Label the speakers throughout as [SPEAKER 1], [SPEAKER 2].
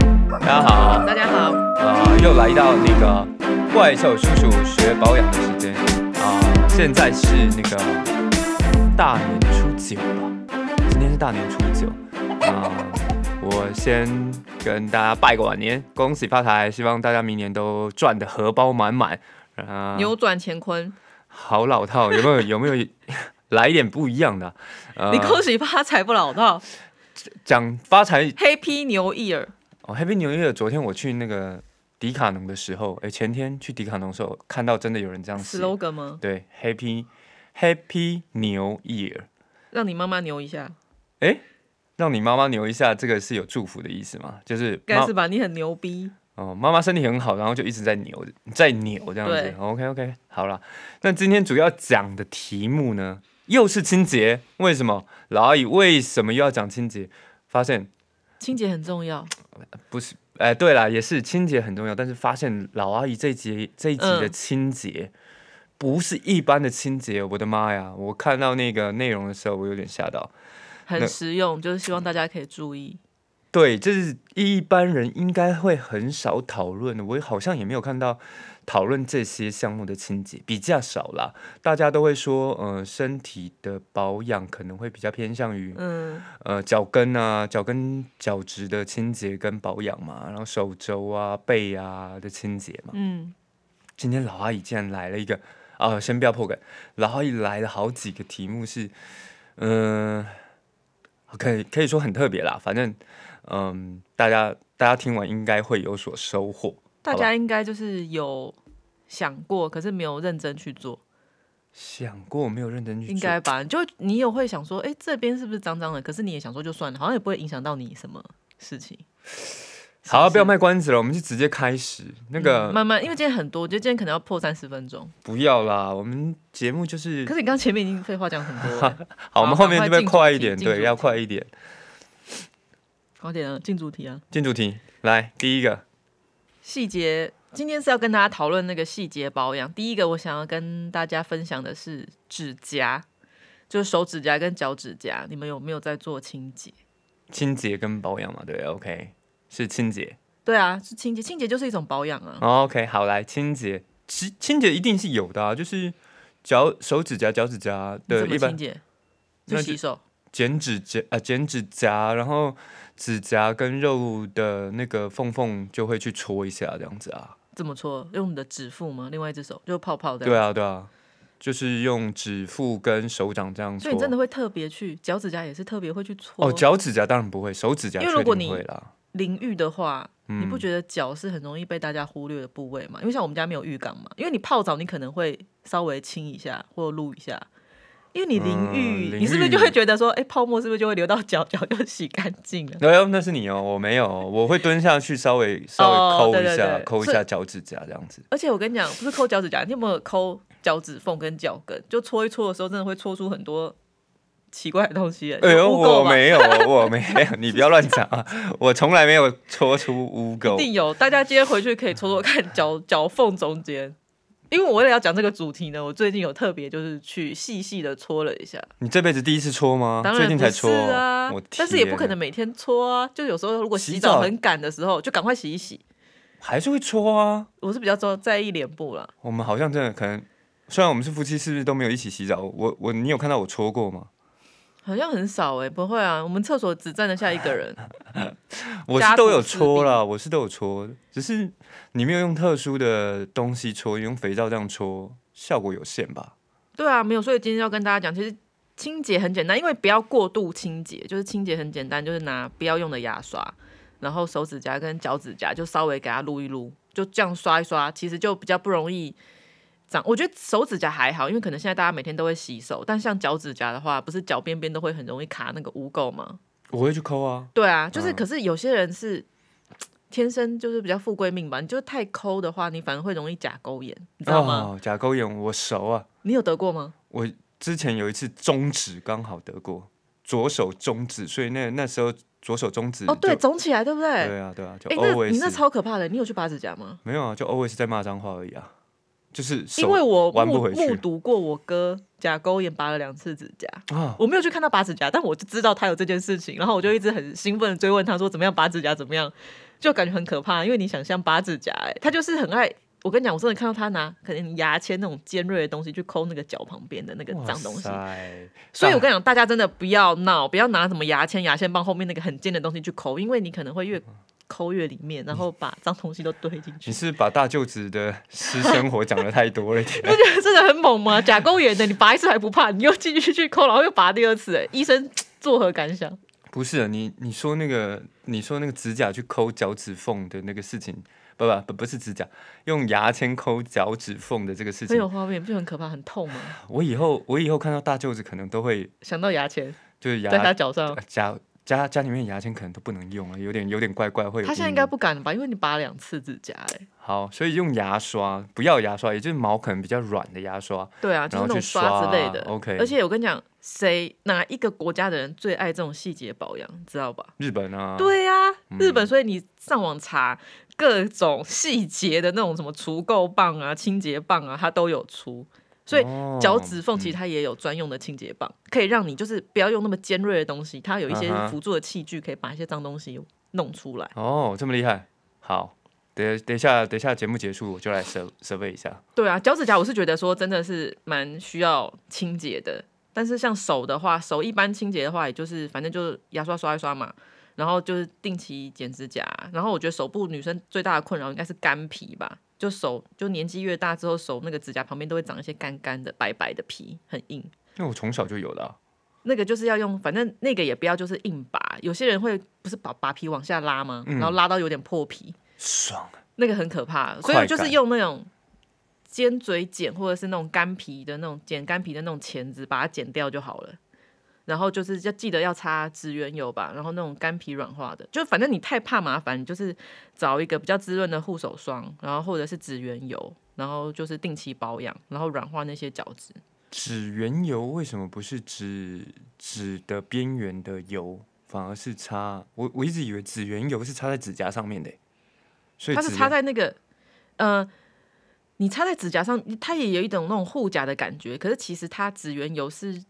[SPEAKER 1] 大家好，
[SPEAKER 2] 大家好，
[SPEAKER 1] 啊、又来到那个怪兽叔叔学保养的时间啊、现在是那个大年初九吧，今天是大年初九啊、我先跟大家拜个晚年，恭喜发财，希望大家明年都赚的荷包满满啊、
[SPEAKER 2] 扭转乾坤，
[SPEAKER 1] 好老套，有没有有没有来一点不一样的啊、呃
[SPEAKER 2] 你恭喜发财不老道，
[SPEAKER 1] 讲发财
[SPEAKER 2] 黑皮牛一耳，
[SPEAKER 1] 哦，Happy New Year！昨天我去那个迪卡侬的时候，哎，前天去迪卡侬的时候，看到真的有人这样写，
[SPEAKER 2] slogan 吗？
[SPEAKER 1] 对，Happy Happy New Year，
[SPEAKER 2] 让你妈妈牛一下，
[SPEAKER 1] 哎，让你妈妈牛一下，这个是有祝福的意思吗？就是
[SPEAKER 2] 该
[SPEAKER 1] 妈
[SPEAKER 2] 是吧？你很牛逼，
[SPEAKER 1] 哦，妈妈身体很好，然后就一直在扭，在扭这样子
[SPEAKER 2] 对。
[SPEAKER 1] OK OK，好了，那今天主要讲的题目呢，又是清洁，为什么？老阿姨为什么又要讲清洁？发现
[SPEAKER 2] 清洁很重要，
[SPEAKER 1] 不是，哎、对了，也是清洁很重要，但是发现老阿姨这一集这一集的
[SPEAKER 2] 嗯
[SPEAKER 1] 清洁、不是一般的清洁，我的妈呀！我看到那个内容的时候，我有点吓到。那
[SPEAKER 2] 很实用，就是希望大家可以注意。
[SPEAKER 1] 对，这是一般人应该会很少讨论的，我好像也没有看到讨论这些项目的清洁，比较少啦。大家都会说，呃，身体的保养可能会比较偏向于
[SPEAKER 2] 嗯，
[SPEAKER 1] 呃脚跟啊、脚跟脚趾的清洁跟保养嘛，然后手肘啊、背啊的清洁嘛。
[SPEAKER 2] 嗯，
[SPEAKER 1] 今天老阿姨竟然来了一个，啊、先不要破梗，老阿姨来了好几个题目是，嗯、可以可以说很特别啦，反正，嗯、大家大家听完应该会有所收获。
[SPEAKER 2] 大
[SPEAKER 1] 好吧
[SPEAKER 2] 家应该就是有想过，可是没有认真去做，
[SPEAKER 1] 想过我没有认真去做，
[SPEAKER 2] 应该吧？就你有会想说，哎、这边是不是脏脏的？可是你也想说就算了，好像也不会影响到你什么事情。
[SPEAKER 1] 好、啊
[SPEAKER 2] 是
[SPEAKER 1] 不要卖关子了，我们就直接开始。那个、
[SPEAKER 2] 嗯慢慢，因为今天很多，我觉得今天可能要破三十分钟。
[SPEAKER 1] 不要啦，我们节目就是
[SPEAKER 2] 可是你刚前面已经废话讲很多了。
[SPEAKER 1] 好，我们
[SPEAKER 2] 好
[SPEAKER 1] 后面
[SPEAKER 2] 赶
[SPEAKER 1] 这边快
[SPEAKER 2] 快进主
[SPEAKER 1] 一
[SPEAKER 2] 题
[SPEAKER 1] 点，
[SPEAKER 2] 进
[SPEAKER 1] 对，
[SPEAKER 2] 主
[SPEAKER 1] 要
[SPEAKER 2] 题
[SPEAKER 1] 快一点。
[SPEAKER 2] 快点啊，进主题啊！
[SPEAKER 1] 进主题，来第一个，
[SPEAKER 2] 细节，今天是要跟大家讨论那个细节保养。第一个，我想要跟大家分享的是指甲，就是手指甲跟脚趾甲，你们有没有在做清洁？
[SPEAKER 1] 清洁跟保养嘛，对，OK，是清洁、
[SPEAKER 2] 对啊，是清洁，清洁就是一种保养啊。
[SPEAKER 1] o k 哦好，来清洁，清清洁一定是有的啊，就是脚手指甲、脚趾甲
[SPEAKER 2] 你
[SPEAKER 1] 的
[SPEAKER 2] 怎
[SPEAKER 1] 一
[SPEAKER 2] 么
[SPEAKER 1] 般
[SPEAKER 2] 清洁？
[SPEAKER 1] 那
[SPEAKER 2] 就
[SPEAKER 1] 就
[SPEAKER 2] 洗手。
[SPEAKER 1] 剪指甲啊、剪指甲，然后指甲跟肉的那个缝缝就会去搓一下，这样子啊，
[SPEAKER 2] 怎么搓？用你的指腹吗？另外一只手就泡泡的。
[SPEAKER 1] 对啊，对啊，就是用指腹跟手掌这样搓
[SPEAKER 2] 所以你真。的会特别去脚趾甲也是特别会去搓。
[SPEAKER 1] 哦，脚趾甲当然不会，手指甲
[SPEAKER 2] 因为
[SPEAKER 1] 确
[SPEAKER 2] 如果
[SPEAKER 1] 定
[SPEAKER 2] 你
[SPEAKER 1] 会啦。
[SPEAKER 2] 淋浴的话，
[SPEAKER 1] 嗯
[SPEAKER 2] 你不觉得脚是很容易被大家忽略的部位吗？因为像我们家没有浴缸嘛，因为你泡澡你可能会稍微清一下或撸一下，因为你淋浴，
[SPEAKER 1] 嗯淋浴
[SPEAKER 2] 你是不是就会觉得说，哎、泡沫是不是就会流到脚， 脚就洗干净了？
[SPEAKER 1] 哎呦，那是你哦，我没有，我会蹲下去稍微稍微
[SPEAKER 2] 哦
[SPEAKER 1] 抠一
[SPEAKER 2] 对对
[SPEAKER 1] 下，
[SPEAKER 2] 对
[SPEAKER 1] 抠一
[SPEAKER 2] 所以
[SPEAKER 1] 下脚趾甲这样子。
[SPEAKER 2] 而且我跟你讲，不是抠脚趾甲，你有没有抠脚趾缝跟脚跟？就搓一搓的时候，真的会搓出很多奇怪的东西。
[SPEAKER 1] 哎
[SPEAKER 2] 有
[SPEAKER 1] 呦，
[SPEAKER 2] 污垢
[SPEAKER 1] 我
[SPEAKER 2] 吧？
[SPEAKER 1] 没有，我没有， 你不要乱讲啊！我从来没有搓出污
[SPEAKER 2] 一
[SPEAKER 1] 垢。
[SPEAKER 2] 定有，大家今天回去可以搓搓看脚 脚缝中间。因为我为了要讲这个主题呢，我最近有特别就是去细细的搓了一下，
[SPEAKER 1] 你这辈子第一次搓吗？
[SPEAKER 2] 当
[SPEAKER 1] 哦最
[SPEAKER 2] 然
[SPEAKER 1] 近
[SPEAKER 2] 不
[SPEAKER 1] 才
[SPEAKER 2] 是
[SPEAKER 1] 搓，
[SPEAKER 2] 啊
[SPEAKER 1] 我，
[SPEAKER 2] 但是也不可
[SPEAKER 1] 天
[SPEAKER 2] 能每天搓啊。就有时候如果
[SPEAKER 1] 洗
[SPEAKER 2] 洗
[SPEAKER 1] 澡
[SPEAKER 2] 澡很赶的时候，就赶快洗一洗。
[SPEAKER 1] 还是会搓啊。
[SPEAKER 2] 我是比较在在意脸部啦，
[SPEAKER 1] 我们好像真的可能，虽然我们是夫妻，是不是都没有一起洗澡？我我你有看到我搓过吗？
[SPEAKER 2] 好像很少哎、不会啊，我们厕所只站得下一个人。
[SPEAKER 1] 我是
[SPEAKER 2] 家
[SPEAKER 1] 都
[SPEAKER 2] 徒
[SPEAKER 1] 有
[SPEAKER 2] 四
[SPEAKER 1] 搓
[SPEAKER 2] 壁
[SPEAKER 1] 啦，我是都有搓，只是你没有用特殊的东西搓，你用肥皂这样搓，效果有限吧？
[SPEAKER 2] 对啊，没有，所以今天要跟大家讲，其实清洁很简单，因为不要过度清洁，就是清洁很简单，就是拿不要用的牙刷，然后手指甲跟脚趾甲就稍微给它撸一撸，就这样刷一刷，其实就比较不容易长。我觉得手指甲还好，因为可能现在大家每天都会洗手，但像脚趾甲的话，不是脚边边都会很容易卡那个污垢吗？
[SPEAKER 1] 我会去抠啊。
[SPEAKER 2] 对啊，就是
[SPEAKER 1] 嗯
[SPEAKER 2] 可是有些人是。天生就是比较富贵命吧，你就太抠的话，你反而会容易甲沟炎，你知道吗？
[SPEAKER 1] 哦，甲沟炎我熟啊，
[SPEAKER 2] 你有得过吗？
[SPEAKER 1] 我之前有一次中指刚好得过，左手中指，所以那那时候左手中指
[SPEAKER 2] 哦，对，
[SPEAKER 1] 就，
[SPEAKER 2] 肿起来，对不对？
[SPEAKER 1] 嗯对啊，对啊，就
[SPEAKER 2] 哎、那你
[SPEAKER 1] always、
[SPEAKER 2] 那超可怕的，你有去拔指甲吗？
[SPEAKER 1] 没有啊，就 always 在骂脏话而已啊，就是手
[SPEAKER 2] 因为我
[SPEAKER 1] 玩不
[SPEAKER 2] 目
[SPEAKER 1] 回去
[SPEAKER 2] 目睹过我哥甲沟炎拔了两次指甲，
[SPEAKER 1] 啊，
[SPEAKER 2] 我没有去看他拔指甲，但我就知道他有这件事情，然后我就一直很兴奋的追问他说怎么样拔指甲怎么样，就感觉很可怕，因为你想象拔指甲、欸，他就是很爱。我跟你讲，我真的看到他拿可能牙签那种尖锐的东西去抠那个脚旁边的那个
[SPEAKER 1] 哇
[SPEAKER 2] 脏东西，
[SPEAKER 1] 塞
[SPEAKER 2] 所以我跟
[SPEAKER 1] 大
[SPEAKER 2] 你讲，大家真的不要闹，不要拿什么牙签、牙线棒后面那个很尖的东西去抠，因为你可能
[SPEAKER 1] 嗯
[SPEAKER 2] 会越抠越里面，然后把脏东西都堆进去
[SPEAKER 1] 你。是不是把大舅子的私生活讲的太多了一 点，
[SPEAKER 2] 真的很猛吗？甲沟炎的，你拔一次还不怕，你又继续去抠，然后又拔第二次、哎，医生作何感想？
[SPEAKER 1] 不是啊你你说那个你说那个指甲去抠脚趾缝的那个事情，不不不不是指甲，用牙签抠脚趾缝的这个事
[SPEAKER 2] 很
[SPEAKER 1] 情
[SPEAKER 2] 有，画面，不是很可怕，很痛吗？
[SPEAKER 1] 我以后我以后看到大舅子可能都会
[SPEAKER 2] 想到牙签
[SPEAKER 1] 就是牙
[SPEAKER 2] 在他脚上
[SPEAKER 1] 呃，家家家里面牙签可能都不能用了，有点有点怪怪，会有
[SPEAKER 2] 他现在
[SPEAKER 1] 阴
[SPEAKER 2] 应该
[SPEAKER 1] 影
[SPEAKER 2] 不敢了吧？因为你拔两次指甲、哎，
[SPEAKER 1] 好，所以用牙刷，不要牙刷，也就是毛可能比较软的牙刷，
[SPEAKER 2] 对啊，就是
[SPEAKER 1] 然
[SPEAKER 2] 那
[SPEAKER 1] 后去
[SPEAKER 2] 种刷之类的。
[SPEAKER 1] 啊 OK，
[SPEAKER 2] 而且我跟你讲，谁哪一个国家的人最爱这种细节保养，知道吧？
[SPEAKER 1] 日本啊，
[SPEAKER 2] 对呀、日本，
[SPEAKER 1] 嗯
[SPEAKER 2] 所以你上网查各种细节的那种什么除垢棒啊、清洁棒啊，它都有出。所以
[SPEAKER 1] 哦
[SPEAKER 2] 脚趾缝其
[SPEAKER 1] 嗯
[SPEAKER 2] 实它也有专用的清洁棒，可以让你就是不要用那么尖锐的东西，它有一些
[SPEAKER 1] 啊哈
[SPEAKER 2] 辅助的器具，可以把一些脏东西弄出来。
[SPEAKER 1] 哦，这么厉害，好，等等一下等一下节目结束我就来 survey survey 一下，
[SPEAKER 2] 对啊，脚趾甲我是觉得说真的是蛮需要清洁的，但是像手的话，手一般清洁的话，也就是反正就是牙刷刷一刷嘛，然后就是定期剪指甲，然后我觉得手部女生最大的困扰应该是干皮吧，就手就年纪越大之后，手那个指甲旁边都会长一些干干的、白白的皮，很硬。
[SPEAKER 1] 那我从小就有的啊、
[SPEAKER 2] 那个就是要用，反正那个也不要就是硬拔，有些人会不是把把皮往下拉吗？
[SPEAKER 1] 嗯
[SPEAKER 2] 然后拉到有点破皮，
[SPEAKER 1] 爽啊，
[SPEAKER 2] 那个很可怕，所
[SPEAKER 1] 快
[SPEAKER 2] 以我就是
[SPEAKER 1] 感
[SPEAKER 2] 用那种尖嘴剪或者是那种干皮的那种剪干皮的那种钳子把它剪掉就好了。然后就是要记得要擦植原油吧，然后那种干皮软化的，就反正你太怕麻烦，你就是找一个比较滋润的护手霜，然后或者是植原油，然后就是定期保养，然后软化那些角质。
[SPEAKER 1] 指缘油为什么不是指指的边缘的油，反而是擦？我我一直以为指缘油是擦在指甲上面的欸，所以
[SPEAKER 2] 它是
[SPEAKER 1] 指
[SPEAKER 2] 插
[SPEAKER 1] 缘
[SPEAKER 2] 在那个，呃，你插在指甲上，它也有一种那种护甲的感觉。可是其实它指缘油是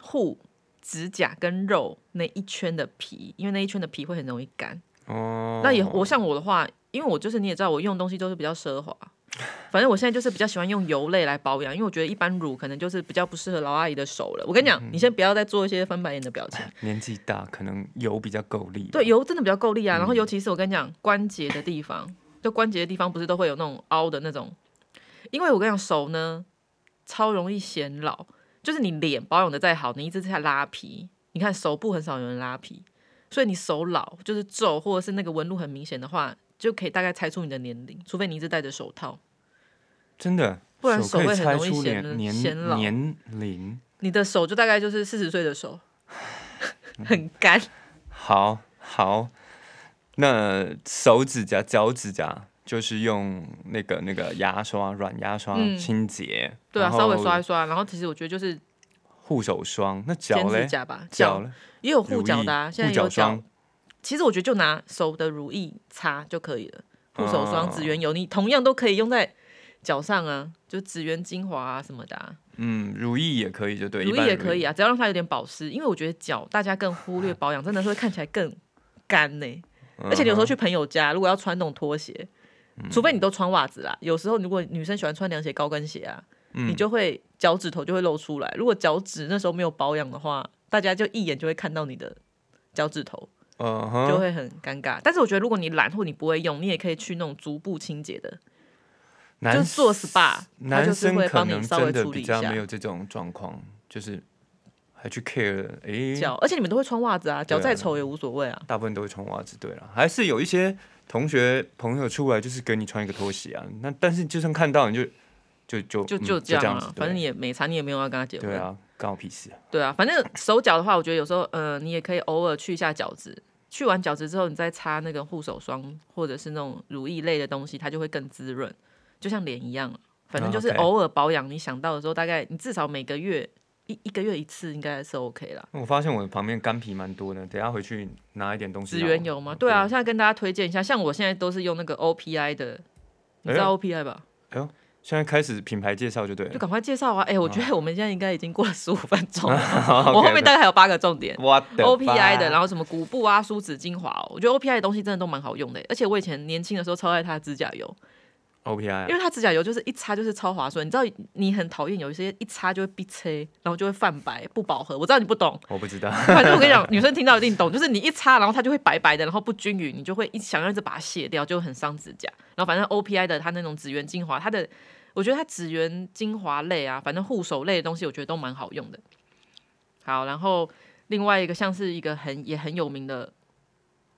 [SPEAKER 2] 护指甲跟肉那一圈的皮，因为那一圈的皮会很容易干。
[SPEAKER 1] 哦，
[SPEAKER 2] 那也我像我的话，因为我就是你也知道，我用东西都是比较奢华。反正我现在就是比较喜欢用油类来保养，因为我觉得一般乳可能就是比较不适合老阿姨的手了。我跟你讲，你先不要再做一些翻白眼的表情，
[SPEAKER 1] 年纪大，可能油比较够力吧。
[SPEAKER 2] 对，油真的比较够力啊。
[SPEAKER 1] 嗯
[SPEAKER 2] 然后尤其是我跟你讲，关节的地方，就关节的地方不是都会有那种凹的那种，因为我跟你讲手呢，超容易显老。就是你脸保养的再好，你一直在拉皮，你看手部很少有人拉皮，所以你手老就是皱或者是那个纹路很明显的话，就可以大概猜出你的年龄，除非你一直戴着手套。
[SPEAKER 1] 真的，
[SPEAKER 2] 不然手
[SPEAKER 1] 可
[SPEAKER 2] 会
[SPEAKER 1] 以
[SPEAKER 2] 很
[SPEAKER 1] 猜
[SPEAKER 2] 容易
[SPEAKER 1] 出
[SPEAKER 2] 显
[SPEAKER 1] 年年
[SPEAKER 2] 显老
[SPEAKER 1] 年龄。
[SPEAKER 2] 你的手就大概就是四十岁的手，很干。
[SPEAKER 1] 好好，那手指甲、脚趾甲就是用那个那个牙刷、软牙刷
[SPEAKER 2] 嗯
[SPEAKER 1] 清洁，
[SPEAKER 2] 对啊，
[SPEAKER 1] 然
[SPEAKER 2] 稍微
[SPEAKER 1] 后
[SPEAKER 2] 刷一刷。然后其实我觉得就是
[SPEAKER 1] 护手霜。那脚
[SPEAKER 2] 剪指
[SPEAKER 1] 嘞？
[SPEAKER 2] 甲吧，
[SPEAKER 1] 脚
[SPEAKER 2] 脚
[SPEAKER 1] 嘞？
[SPEAKER 2] 也有
[SPEAKER 1] 乳
[SPEAKER 2] 护脚的、啊，
[SPEAKER 1] 液
[SPEAKER 2] 现在
[SPEAKER 1] 护
[SPEAKER 2] 也有
[SPEAKER 1] 脚
[SPEAKER 2] 脚
[SPEAKER 1] 霜。
[SPEAKER 2] 其实我觉得就拿手的乳液擦就可以了，护手霜、
[SPEAKER 1] 哦
[SPEAKER 2] 指缘油，你同样都可以用在脚上啊，就指缘精华啊什么的、啊，
[SPEAKER 1] 嗯，乳液也可以，就对，
[SPEAKER 2] 乳
[SPEAKER 1] 一
[SPEAKER 2] 液
[SPEAKER 1] 般
[SPEAKER 2] 也可以
[SPEAKER 1] 啊。
[SPEAKER 2] 啊，只要让它有点保湿。因为我觉得脚大家更 忽略保养，真的是会看起来更干呢、
[SPEAKER 1] 嗯
[SPEAKER 2] 啊而且你有时候去朋友家，如果要穿那种拖鞋，
[SPEAKER 1] 嗯
[SPEAKER 2] 除非你都穿袜子啦，有时候如果女生喜欢穿凉鞋、高跟鞋啊，
[SPEAKER 1] 嗯
[SPEAKER 2] 你就会脚趾头就会露出来。如果脚趾那时候没有保养的话，大家就一眼就会看到你的脚趾头。
[SPEAKER 1] 嗯哼，
[SPEAKER 2] 就会很尴尬。但是我觉得，如果你懒或你不会用，你也可以去那种足部清洁的，
[SPEAKER 1] 男
[SPEAKER 2] 就是做 SPA，它就
[SPEAKER 1] 男
[SPEAKER 2] 是
[SPEAKER 1] 生
[SPEAKER 2] 会
[SPEAKER 1] 可
[SPEAKER 2] 帮你
[SPEAKER 1] 能
[SPEAKER 2] 稍微
[SPEAKER 1] 真的
[SPEAKER 2] 处理
[SPEAKER 1] 比
[SPEAKER 2] 一
[SPEAKER 1] 较
[SPEAKER 2] 下
[SPEAKER 1] 没有这种状况，就是还去 care 诶，
[SPEAKER 2] 脚。而且你们都会穿袜子啊，脚
[SPEAKER 1] 对啊
[SPEAKER 2] 再丑也无所谓啊。
[SPEAKER 1] 大部分都会穿袜子，对了，还是有一些同学朋友出来就是给你穿一个拖鞋啊，那但是就算看到你就就就
[SPEAKER 2] 就
[SPEAKER 1] 嗯
[SPEAKER 2] 就
[SPEAKER 1] 这
[SPEAKER 2] 这样
[SPEAKER 1] 样
[SPEAKER 2] 啊，
[SPEAKER 1] 子，对
[SPEAKER 2] 反正你也没差，你也没有要跟他结婚。
[SPEAKER 1] 对啊，干我屁事啊，
[SPEAKER 2] 对啊，反正手脚的话，我觉得有时候，呃，你也可以偶尔去一下角质。去完角质之后，你再擦那个护手霜或者是那种乳液类的东西，它就会更滋润，就像脸一样啊。反正就是
[SPEAKER 1] 啊，OK
[SPEAKER 2] 偶尔保养，你想到的时候，大概你至少每个月一一个月一次，应该是 OK 啦。
[SPEAKER 1] 那我发现我的旁边干皮蛮多的，等一下回去拿一点东西
[SPEAKER 2] 紫
[SPEAKER 1] 让我。
[SPEAKER 2] 源油吗？对啊啊，现在跟大家推荐一下，像我现在都是用那个 OPI 的，你知道 OPI 吧？
[SPEAKER 1] 哎呦现在开始品牌介绍就对
[SPEAKER 2] 就
[SPEAKER 1] 了。
[SPEAKER 2] 赶快介绍哎啊！哎、啊我觉得我们现在应该已经过了十五分钟 了，
[SPEAKER 1] 我
[SPEAKER 2] 我后面大概还有八个重点。
[SPEAKER 1] 我
[SPEAKER 2] OPI 的，然后什么骨布啊、梳子精华、哦，我觉得 OPI 的东西真的都蛮好用的，而且我以前年轻的时候超爱它的指甲油，
[SPEAKER 1] 后 OPI，啊
[SPEAKER 2] 因为它指甲油就是一擦就是超划算。你知道你很讨厌有一些一擦就会逼车，然后就会泛白不饱和。我知道你不懂，
[SPEAKER 1] 我不知道。
[SPEAKER 2] 反正我跟你讲， 女生听到一定懂，就是你一擦，然后它就会白白的，然后不均匀，你就会一想要一直把它卸掉，就很伤指甲。然后反正 OPI 的它那种紫源精华，它的我觉得它紫源精华类啊，反正护手类的东西，我觉得都蛮好用的。好，然后另外一个像是一个很也很有名的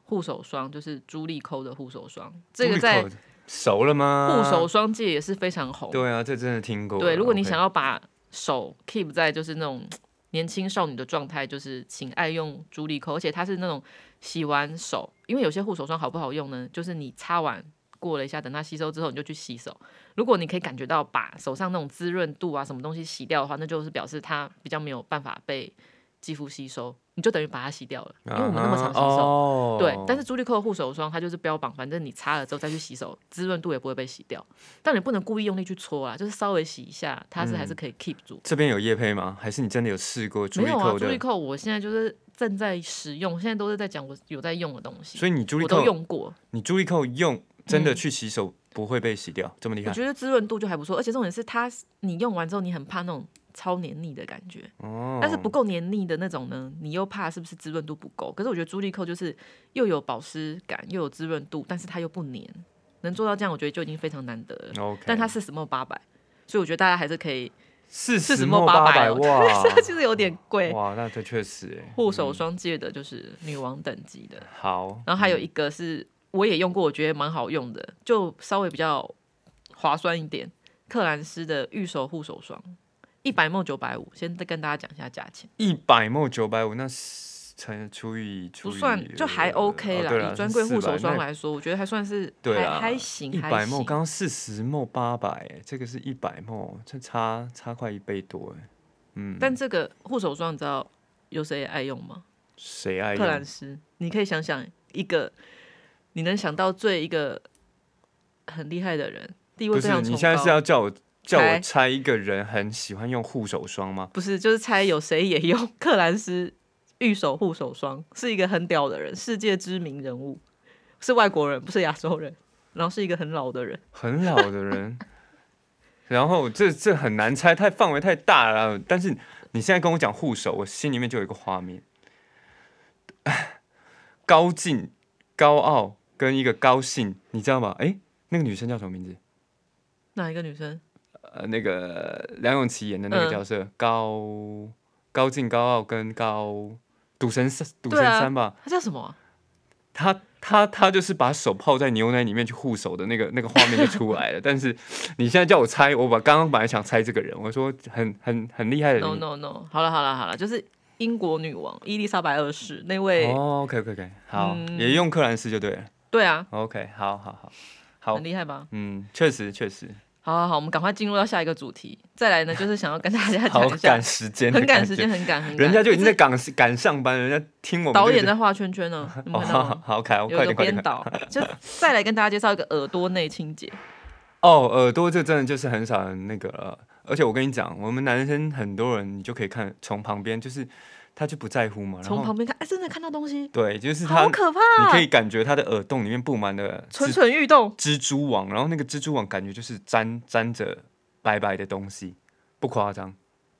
[SPEAKER 2] 护手霜，就是朱莉蔻的护手霜，这个在
[SPEAKER 1] Unicode，熟了吗？
[SPEAKER 2] 护手霜界也是非常红。
[SPEAKER 1] 对啊，这真的听过了。
[SPEAKER 2] 对，如果你
[SPEAKER 1] OK
[SPEAKER 2] 想要把手 keep 在就是那种年轻少女的状态，就是请爱用朱莉蔻，而且它是那种洗完手，因为有些护手霜好不好用呢？就是你擦完过了一下，等它吸收之后你就去洗手。如果你可以感觉到把手上那种滋润度啊什么东西洗掉的话，那就是表示它比较没有办法被肌肤吸收，你就等于把它洗掉了，因为我们那么常洗
[SPEAKER 1] 啊
[SPEAKER 2] 手。
[SPEAKER 1] 哦、
[SPEAKER 2] 对，但是朱莉蔻的护手霜它就是标榜，反正你擦了之后再去洗手，滋润度也不会被洗掉。但你不能故意用力去搓啊啦，就是稍微洗一下，它是还是可以 keep 住。
[SPEAKER 1] 这边有叶配吗？还是你真的有试过嗯朱
[SPEAKER 2] 没
[SPEAKER 1] 莉
[SPEAKER 2] 有啊，
[SPEAKER 1] 蔻
[SPEAKER 2] 朱
[SPEAKER 1] 的
[SPEAKER 2] 莉？蔻我现在就是正在使用，现在都是在讲我有在用的东西，
[SPEAKER 1] 所以你朱莉
[SPEAKER 2] 我都
[SPEAKER 1] 蔻，
[SPEAKER 2] 用过，
[SPEAKER 1] 你朱莉蔻用真的去洗手不会被洗掉，这么厉
[SPEAKER 2] 我
[SPEAKER 1] 害？
[SPEAKER 2] 觉得滋润度就还不错，而且重点是它你用完之后你很怕那种超黏腻的感嗯觉，
[SPEAKER 1] 哦，
[SPEAKER 2] 但是不够黏腻的那种呢，你又怕是不是滋润度不够？可是我觉得朱莉蔻就是又有保湿感又有滋润度，但是它又不黏，能做到这样，我觉得就已经非常难得了。
[SPEAKER 1] OK，
[SPEAKER 2] 但它四十末八百，所以我觉得大家还是可以。
[SPEAKER 1] 四
[SPEAKER 2] 四十
[SPEAKER 1] 十
[SPEAKER 2] 末
[SPEAKER 1] 末
[SPEAKER 2] 八百
[SPEAKER 1] 百
[SPEAKER 2] 哦
[SPEAKER 1] 哇
[SPEAKER 2] 它其实有点贵。
[SPEAKER 1] 哇，那这确实哎
[SPEAKER 2] 护手霜界的就是女王等级的，
[SPEAKER 1] 好。嗯
[SPEAKER 2] 然后还有一个是我也用过，我觉得蛮好用的，就稍微比较划算一点。克兰斯的御手护手霜，一百梦九百五，先再跟大家讲一下价钱，
[SPEAKER 1] 一百沫九百五，那是乘除以除
[SPEAKER 2] 不
[SPEAKER 1] 以哦
[SPEAKER 2] 算就还
[SPEAKER 1] 呃
[SPEAKER 2] OK 啦。以专柜护手霜，来说，我觉得还算是
[SPEAKER 1] 对
[SPEAKER 2] 还
[SPEAKER 1] 啦
[SPEAKER 2] 还行，
[SPEAKER 1] 一
[SPEAKER 2] 还
[SPEAKER 1] 百沫
[SPEAKER 2] 行。
[SPEAKER 1] 刚刚四十沫八百，哎这个是一百沫，这差差快一倍多哎。嗯，
[SPEAKER 2] 但这个护手霜你知道有谁爱用吗？
[SPEAKER 1] 谁爱
[SPEAKER 2] 克
[SPEAKER 1] 用
[SPEAKER 2] 兰斯，你可以想想一个你能想到最一个很厉害的人，地位
[SPEAKER 1] 不
[SPEAKER 2] 非
[SPEAKER 1] 是，
[SPEAKER 2] 常
[SPEAKER 1] 你
[SPEAKER 2] 崇
[SPEAKER 1] 现在是
[SPEAKER 2] 高。
[SPEAKER 1] 要叫我叫
[SPEAKER 2] 猜
[SPEAKER 1] 我猜一个人很喜欢用护手霜吗？
[SPEAKER 2] 不是，就是猜有谁也用克兰斯御手护手霜，是一个很屌的人，世界知名人物，是外国人，不是亚洲人，然后是一个很老的人。
[SPEAKER 1] 很老的人， 然后这这很难猜，太范围太大了。但是你现在跟我讲护手，我心里面就有一个画面， 高进、高傲跟一个高兴，你知道吗？哎，那个女生叫什么名字？
[SPEAKER 2] 哪一个女生？
[SPEAKER 1] 呃，那个梁咏琪演的那
[SPEAKER 2] 嗯
[SPEAKER 1] 个角色，高高进、高傲跟高赌神三赌神
[SPEAKER 2] 对啊
[SPEAKER 1] 三吧。
[SPEAKER 2] 她叫什么啊、
[SPEAKER 1] 他他他就是把手泡在牛奶里面去护手的那个那个画面就出来了。 但是你现在叫我猜，我把刚刚本来想猜这个人，我说很很很厉害的人。哦
[SPEAKER 2] ？No No No！好了好了好了，就是英国女王伊丽莎白二世那位。
[SPEAKER 1] 哦，OK OK OK，好，
[SPEAKER 2] 嗯
[SPEAKER 1] 也用克兰斯就对了。
[SPEAKER 2] 对啊，
[SPEAKER 1] OK，好好好好
[SPEAKER 2] 很，厉害吧？
[SPEAKER 1] 嗯，确实确实，
[SPEAKER 2] 好好好，我们赶快进入到下一个主题。再来呢，就是想要跟大家讲
[SPEAKER 1] 好
[SPEAKER 2] 一下
[SPEAKER 1] 赶时间，
[SPEAKER 2] 很赶时间，，很赶，很赶。
[SPEAKER 1] 人家就已经
[SPEAKER 2] 可
[SPEAKER 1] 在
[SPEAKER 2] 是
[SPEAKER 1] 赶赶上班，人家听我们
[SPEAKER 2] 导
[SPEAKER 1] 这个
[SPEAKER 2] 演
[SPEAKER 1] 就
[SPEAKER 2] 在画圈圈 呢，你
[SPEAKER 1] 哦，
[SPEAKER 2] 们看到吗？
[SPEAKER 1] 好，OK，我
[SPEAKER 2] 有
[SPEAKER 1] 快
[SPEAKER 2] 一
[SPEAKER 1] 点
[SPEAKER 2] 个
[SPEAKER 1] 快点
[SPEAKER 2] 编
[SPEAKER 1] 快点。
[SPEAKER 2] 导， 就再来跟大家介绍一个耳朵内清洁，
[SPEAKER 1] 哦，耳朵这真的就是很少人那个了。而且我跟你讲，我们男生很多人，你就可以看从旁边，就是他就不在乎嘛，然
[SPEAKER 2] 从
[SPEAKER 1] 后
[SPEAKER 2] 旁边看，哎，真的看到东西，
[SPEAKER 1] 对，就是他，
[SPEAKER 2] 好
[SPEAKER 1] 你
[SPEAKER 2] 可怕，
[SPEAKER 1] 可以感觉他的耳洞里面布满了
[SPEAKER 2] 蠢
[SPEAKER 1] 蜘
[SPEAKER 2] 蠢欲动。
[SPEAKER 1] 蜘蛛网，然后那个蜘蛛网感觉就是沾沾着白白的东西，不夸张，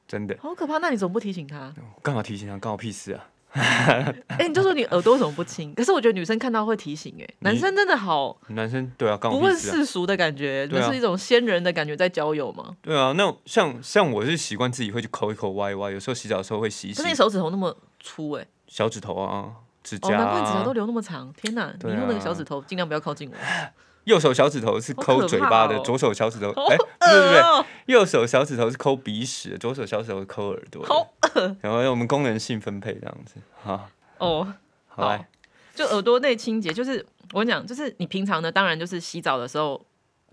[SPEAKER 1] 真的。
[SPEAKER 2] 好可怕！那你怎么不提醒他？
[SPEAKER 1] 干嘛提醒他？干我屁事啊！
[SPEAKER 2] 哎、你就说你耳朵怎么不清？可是我觉得女生看到会提醒、哎，男生真的好
[SPEAKER 1] 男生对啊，干
[SPEAKER 2] 不
[SPEAKER 1] 我
[SPEAKER 2] 问
[SPEAKER 1] 屁事啊！
[SPEAKER 2] 世俗的感觉，
[SPEAKER 1] 对
[SPEAKER 2] 那、
[SPEAKER 1] 啊
[SPEAKER 2] 是一种仙人的感觉在交友吗？
[SPEAKER 1] 对啊，那像像我是习惯自己会去抠一抠、歪一歪，有时候洗澡的时候会洗一洗
[SPEAKER 2] 可是你手指头那么粗、哎，
[SPEAKER 1] 小指头啊、指
[SPEAKER 2] 哦，
[SPEAKER 1] 甲、
[SPEAKER 2] 难怪你指头
[SPEAKER 1] 啊
[SPEAKER 2] 都。留那么长。天哪，你
[SPEAKER 1] 对啊
[SPEAKER 2] 用那个小指头尽量不要 靠近我。
[SPEAKER 1] 右手小指头是
[SPEAKER 2] 好
[SPEAKER 1] 抠
[SPEAKER 2] 可
[SPEAKER 1] 嘴
[SPEAKER 2] 怕
[SPEAKER 1] 巴的，
[SPEAKER 2] 哦
[SPEAKER 1] 左手小指头
[SPEAKER 2] 好
[SPEAKER 1] 哎，不是不
[SPEAKER 2] 呃
[SPEAKER 1] 是，
[SPEAKER 2] 哦，
[SPEAKER 1] 右手小指头是抠鼻屎的，左手小指头是抠耳朵的。
[SPEAKER 2] 好
[SPEAKER 1] 然后我们功能性分配这样子，好，
[SPEAKER 2] 哦
[SPEAKER 1] 好来。
[SPEAKER 2] 就耳朵内清洁，就是我跟你讲，就是你平常呢，当然就是洗澡的时候，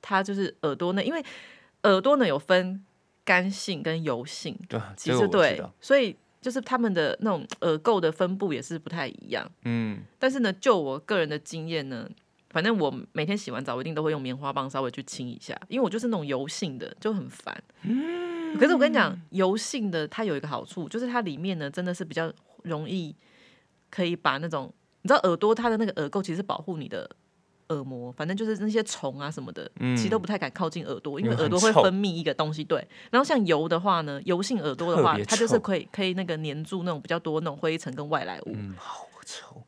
[SPEAKER 2] 它就是耳朵内，因为耳朵呢有分干性跟油性，
[SPEAKER 1] 对啊，
[SPEAKER 2] 其
[SPEAKER 1] 这个
[SPEAKER 2] 实
[SPEAKER 1] 我知
[SPEAKER 2] 对
[SPEAKER 1] 道，
[SPEAKER 2] 所以就是他们的那种耳垢的分布也是不太一样。
[SPEAKER 1] 嗯，
[SPEAKER 2] 但是呢，就我个人的经验呢，反正我每天洗完澡，我一定都会用棉花棒稍微去清一下，因为我就是那种油性的，就很烦。可是我跟你讲，油性的它有一个好处，就是它里面呢真的是比较容易可以把那种你知道耳朵它的那个耳垢其实是保护你的耳膜，反正就是那些虫啊什么的，
[SPEAKER 1] 嗯
[SPEAKER 2] 其实都不太敢靠近耳朵，因
[SPEAKER 1] 因
[SPEAKER 2] 为
[SPEAKER 1] 为
[SPEAKER 2] 耳朵
[SPEAKER 1] 很
[SPEAKER 2] 会
[SPEAKER 1] 臭
[SPEAKER 2] 分泌一个东西。对，然后像油的话呢，油性耳朵的
[SPEAKER 1] 特
[SPEAKER 2] 话
[SPEAKER 1] 别，
[SPEAKER 2] 它就是
[SPEAKER 1] 臭
[SPEAKER 2] 可以可以那个粘住那种比较多那种灰尘跟外来物。
[SPEAKER 1] 嗯，好臭。